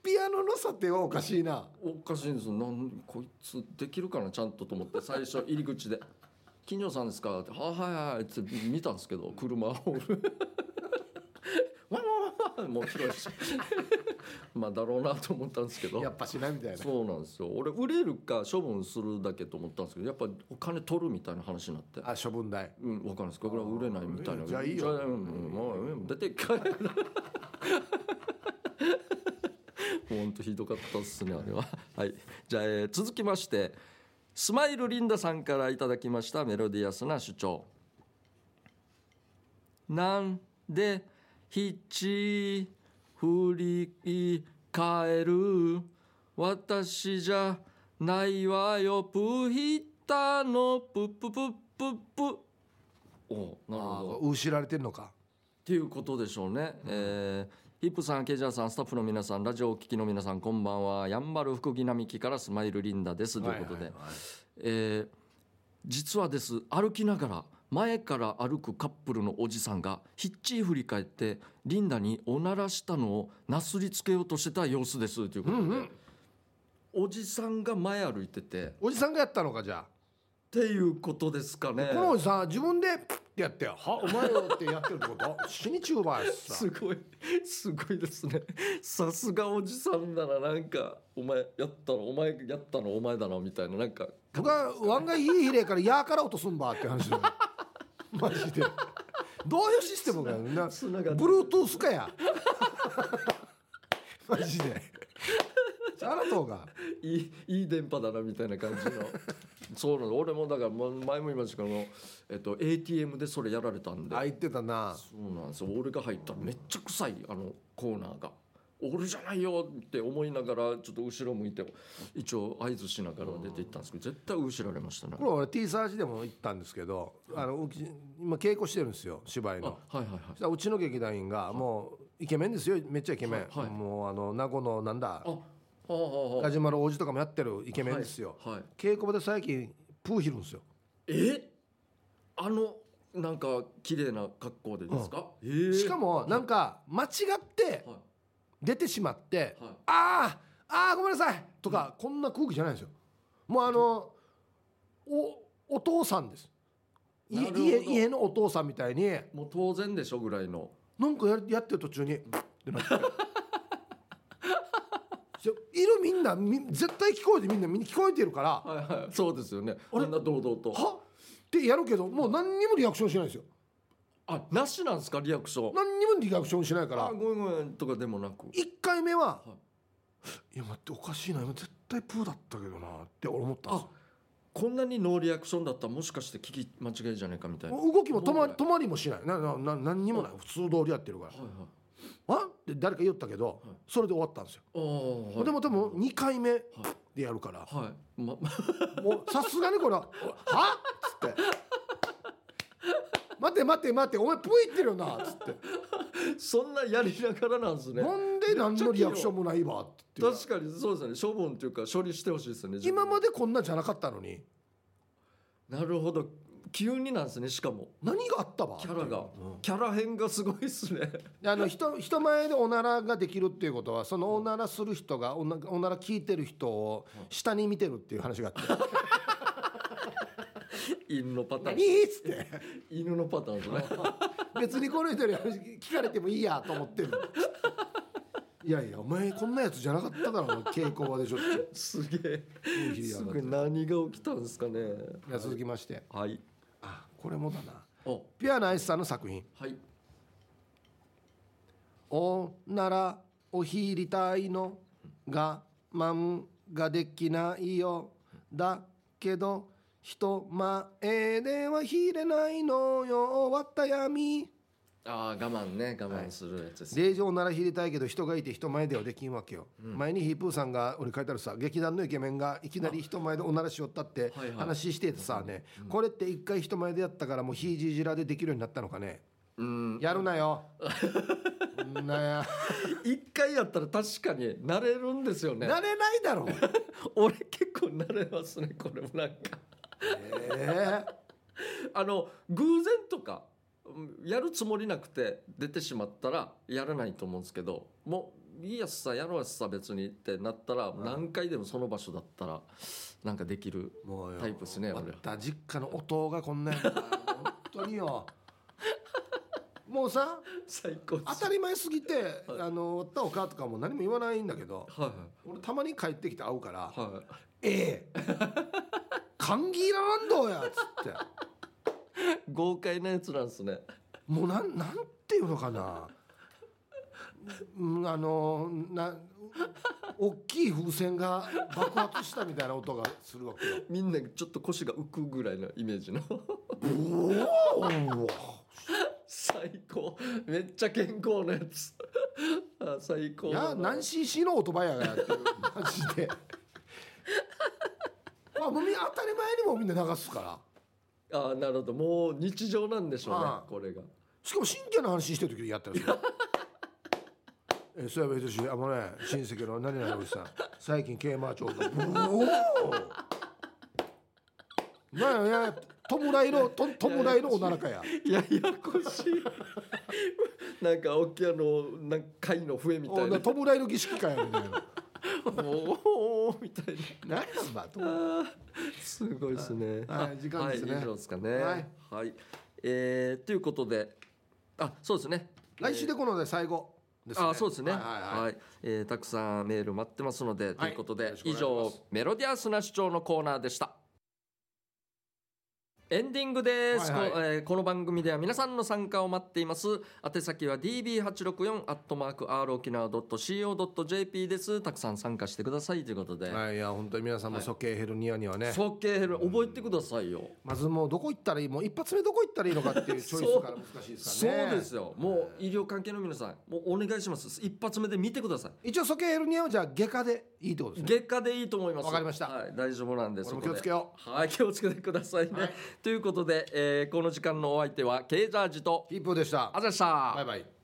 [SPEAKER 2] ピアノの査定はおかしいな
[SPEAKER 1] おかしいんですよなんこいつできるかなちゃんとと思って最 初入り口で「金城さんですか?」って「はいはいはい」って見たんですけど車 をわわわわもう広いし まあだろうなと思ったんですけど
[SPEAKER 2] やっぱしないみたいな
[SPEAKER 1] そうなんですよ俺売れるか処分するだけと思ったんですけどやっぱお金取るみたいな話になって
[SPEAKER 2] あ処分代
[SPEAKER 1] うん、わかるんですか。これは売れないみたいな。
[SPEAKER 2] じゃあいいよ
[SPEAKER 1] うんうんもう、うん、出て帰る。本当ひどかったっすね、あれは。はい、じゃあ、えー続きまして。スマイルリンダさんからいただきましたメロディアスな主張。なんで七振り返る私じゃないわよプヒタのプププププおなるほどっ
[SPEAKER 2] うしられてるのか
[SPEAKER 1] ていうことでしょうね、えーヒップさんケジャーさんスタッフの皆さんラジオをお聞きの皆さんこんばんはやんばる福木並木からスマイルリンダですということで、えー実はです歩きながら前から歩くカップルのおじさんがひっちり振り返ってリンダにおならしたのをなすりつけようとしてた様子ですということで、おじさんが前歩いててっ
[SPEAKER 2] おじさんがやったのかじゃあ
[SPEAKER 1] ていうことですかね
[SPEAKER 2] このおじさん自分でプッてやって「はお前よ」ってやってるってこと死にちゅうばいさ
[SPEAKER 1] すごい すごいですねさすがおじさんならなんかお前やったのお前やったのお前だなみたいななんか
[SPEAKER 2] 僕は湾岸ヒレヒレから「やーから落とすんば」って話だ よマジでどういうシステムかよな
[SPEAKER 1] つながって
[SPEAKER 2] ブルートゥースかや マジであなたが
[SPEAKER 1] いいいい電波だなみたいな感じ のそうなの俺もだからま前も言いましたけど、えっと、ATM でそれやられたんで
[SPEAKER 2] あ言ってたな
[SPEAKER 1] そうなんですよ俺が入ったらめっちゃ臭いあのコーナーが俺じゃないよって思いながらちょっと後ろ向いて一応合図しながら出て行ったんですけど絶対後ろられましたね
[SPEAKER 2] これ俺 T サージでも行ったんですけどあのうち今稽古してるんですよ芝居
[SPEAKER 1] あ
[SPEAKER 2] の
[SPEAKER 1] はいはいはい
[SPEAKER 2] そしたらうちの劇団員がもうイケメンですよめっちゃイケメン、
[SPEAKER 1] はいはい
[SPEAKER 2] もうあの名護のなんだ
[SPEAKER 1] あはあはあは
[SPEAKER 2] ガジュマル王子とかもやってるイケメンですよ、
[SPEAKER 1] あはい
[SPEAKER 2] 稽古場で最近プーヒルんですよ
[SPEAKER 1] えあのなんか綺麗な格好でですか、えー
[SPEAKER 2] しかもなんか間違って
[SPEAKER 1] は
[SPEAKER 2] 出てしまって
[SPEAKER 1] いはい
[SPEAKER 2] 「あーあーごめんなさい」とかこんな空気じゃないんですよもうあのおお父さんですい
[SPEAKER 1] なるほど
[SPEAKER 2] 家家のお父さんみたいに
[SPEAKER 1] もう当然でしょぐらいの
[SPEAKER 2] なんかややってる途中にプッてなって いやいるみんなみ絶対聞こえてみんなみんな聞こえてるから「
[SPEAKER 1] はいはい、そうですよね。みんな堂々と。
[SPEAKER 2] はってやるけどもう何にもリアクションしないんですよ
[SPEAKER 1] あ、なしなんですか、リアクション。
[SPEAKER 2] 何にもリアクションしないから
[SPEAKER 1] あ、ごめんごめんとかでもなく。
[SPEAKER 2] 1回目は
[SPEAKER 1] は
[SPEAKER 2] 「いや待っておかしいな今絶対プーだったけどな」って俺思ったんです
[SPEAKER 1] あ
[SPEAKER 2] よ、
[SPEAKER 1] こんなにノーリアクションだったら、もしかして聞き間違いじゃないかみたいな。はい
[SPEAKER 2] もう動きも止ま
[SPEAKER 1] もう
[SPEAKER 2] 止まりもしないななな何にもない普通通りやってるから
[SPEAKER 1] はい。
[SPEAKER 2] 「あって誰か言ったけど
[SPEAKER 1] はい
[SPEAKER 2] それで終わったんですよ、
[SPEAKER 1] ああ、はい
[SPEAKER 2] でも多分2回目でやるから、
[SPEAKER 1] はい、ま、
[SPEAKER 2] もうさすがにこれは「はっ?」つって「待て待て待てお前プー言ってるよな」っつって
[SPEAKER 1] そんなやりながらなんです
[SPEAKER 2] 「
[SPEAKER 1] ね。
[SPEAKER 2] なんで何のリアクションもないわ」っていう
[SPEAKER 1] 確かにそうですね。処分というか、処理してほしいですね。
[SPEAKER 2] 今ま
[SPEAKER 1] で。
[SPEAKER 2] でこんなんじゃなかったのに
[SPEAKER 1] なるほど。急になんですね。しかも。
[SPEAKER 2] 何があったわ
[SPEAKER 1] キャラが
[SPEAKER 2] うん。
[SPEAKER 1] キャラ変がすごいですね。
[SPEAKER 2] であの人人前でおならができるっていうことはそのおならする人がおなおなら聞いてる人を下に見てるっていう話があって
[SPEAKER 1] 犬のパ
[SPEAKER 2] 「
[SPEAKER 1] ター
[SPEAKER 2] 何?」
[SPEAKER 1] ン。
[SPEAKER 2] っつって
[SPEAKER 1] 犬のパターンですね。
[SPEAKER 2] 別にこの人に話聞かれてもいいやと思ってるいやいやお前こんなやつじゃなかっただろ稽古場でしょっちゅ
[SPEAKER 1] すげ
[SPEAKER 2] う
[SPEAKER 1] え
[SPEAKER 2] 昼
[SPEAKER 1] す
[SPEAKER 2] 夜
[SPEAKER 1] ご
[SPEAKER 2] だ
[SPEAKER 1] い何が起きたんですかね
[SPEAKER 2] じゃあ続きまして
[SPEAKER 1] はい
[SPEAKER 2] あこれもだな
[SPEAKER 1] お
[SPEAKER 2] ピュアなアイスさんの作品
[SPEAKER 1] はい
[SPEAKER 2] 「おならおひりたいの我慢ができないよ」だけど人前ではひれないのよ終わった闇
[SPEAKER 1] あー我慢ね我慢するやつです、
[SPEAKER 2] 令状ならひりたいけど人がいて人前ではできんわけよ、前にヒープーさんが俺書いてあるさ劇団のイケメンがいきなり人前でおならしよったって
[SPEAKER 1] はいはい
[SPEAKER 2] 話しててさね、これって一回人前でやったからもうひいじじらでできるようになったのかね
[SPEAKER 1] うん
[SPEAKER 2] やるな よそんなや
[SPEAKER 1] 一回やったら確かに慣れるんですよね
[SPEAKER 2] なれない だろう
[SPEAKER 1] 俺結構慣れますねこれもなんか
[SPEAKER 2] え
[SPEAKER 1] あの偶然とかうんやるつもりなくて出てしまったらやらないと思うんですけどもういいやつさやろうやつさ別にってなったら何回でもその場所だったらなんかできる
[SPEAKER 2] えもうよ
[SPEAKER 1] タイプですね
[SPEAKER 2] ま
[SPEAKER 1] 俺
[SPEAKER 2] た実家のお父がこんなやつだな本当 によもうさ
[SPEAKER 1] 最高で
[SPEAKER 2] 当
[SPEAKER 1] す
[SPEAKER 2] たり前すぎて「あの終わったおか」とかも何も言わないんだけど
[SPEAKER 1] は
[SPEAKER 2] 俺たまに帰ってきて会うから「
[SPEAKER 1] いは
[SPEAKER 2] え え歓喜いらなんどうや」っつって
[SPEAKER 1] い豪快なやつなんですね
[SPEAKER 2] もうなんなんていうのかなうんあのな大きい風船が爆発したみたいな音がするわけよ。
[SPEAKER 1] みんなちょっと腰が浮くぐらいのイメージの
[SPEAKER 2] ブオー
[SPEAKER 1] 最高めっちゃ健康なやつあ最
[SPEAKER 2] い
[SPEAKER 1] 高だ
[SPEAKER 2] や
[SPEAKER 1] な
[SPEAKER 2] 何 cc のオートバイやがやってるマジで。まあもうみんな当たり前にもみんな流すから
[SPEAKER 1] あなるほどもう日常なんでしょうね
[SPEAKER 2] ああ
[SPEAKER 1] これが
[SPEAKER 2] しかも真剣な話してる時にやったりする。えそういえば私あのね親戚の何々おじさん最近競馬場がブオーなんやいや弔いのと弔いのおならかや
[SPEAKER 1] いややこしいなんか沖あのなんか貝の笛みた
[SPEAKER 2] お
[SPEAKER 1] いな
[SPEAKER 2] な弔いの儀式かやみたいな
[SPEAKER 1] おおみたいな
[SPEAKER 2] 何やばと
[SPEAKER 1] あーすごいですね
[SPEAKER 2] はいはい時間ですね
[SPEAKER 1] はい、以上ですかね
[SPEAKER 2] は
[SPEAKER 1] はいい、えーということであそうですね
[SPEAKER 2] 来週でこので最後ですね
[SPEAKER 1] あそうですね。
[SPEAKER 2] は
[SPEAKER 1] はいい、
[SPEAKER 2] はいはい
[SPEAKER 1] えーたくさんメール待ってますので、ということ
[SPEAKER 2] よ
[SPEAKER 1] で
[SPEAKER 2] ろしくお
[SPEAKER 1] 以
[SPEAKER 2] 願いします
[SPEAKER 1] 上メロディアスな主張のコーナーでした。エンディングです、
[SPEAKER 2] はいはい
[SPEAKER 1] こえーこの番組では皆さんの参加を待っています宛先は db864 アットマーク r 沖縄 .co.jp ですたくさん参加してくださいということで、
[SPEAKER 2] はい、いや本当に皆さんも処刑ヘルニアにはね、
[SPEAKER 1] 尊敬ヘル覚えてくださいよ、
[SPEAKER 2] まずもうどこ行ったらいいもう一発目どこ行ったらいいのかっていうチョイスから難しいです
[SPEAKER 1] そ
[SPEAKER 2] か
[SPEAKER 1] う
[SPEAKER 2] らね
[SPEAKER 1] ですよもう医療関係の皆さんもうお願いします一発目で見てください
[SPEAKER 2] 一応処刑ヘルニアをじゃあ外科でいいってことですね
[SPEAKER 1] 月下でいいと思います。
[SPEAKER 2] わかりました
[SPEAKER 1] はい、大丈夫なんです。
[SPEAKER 2] 俺も
[SPEAKER 1] そこで
[SPEAKER 2] 気をつけよ
[SPEAKER 1] はい、気をつけてくださいね。ということで、えーこの時間のお相手はケイジャージと
[SPEAKER 2] 一歩でした
[SPEAKER 1] あざでした。
[SPEAKER 2] バイバイ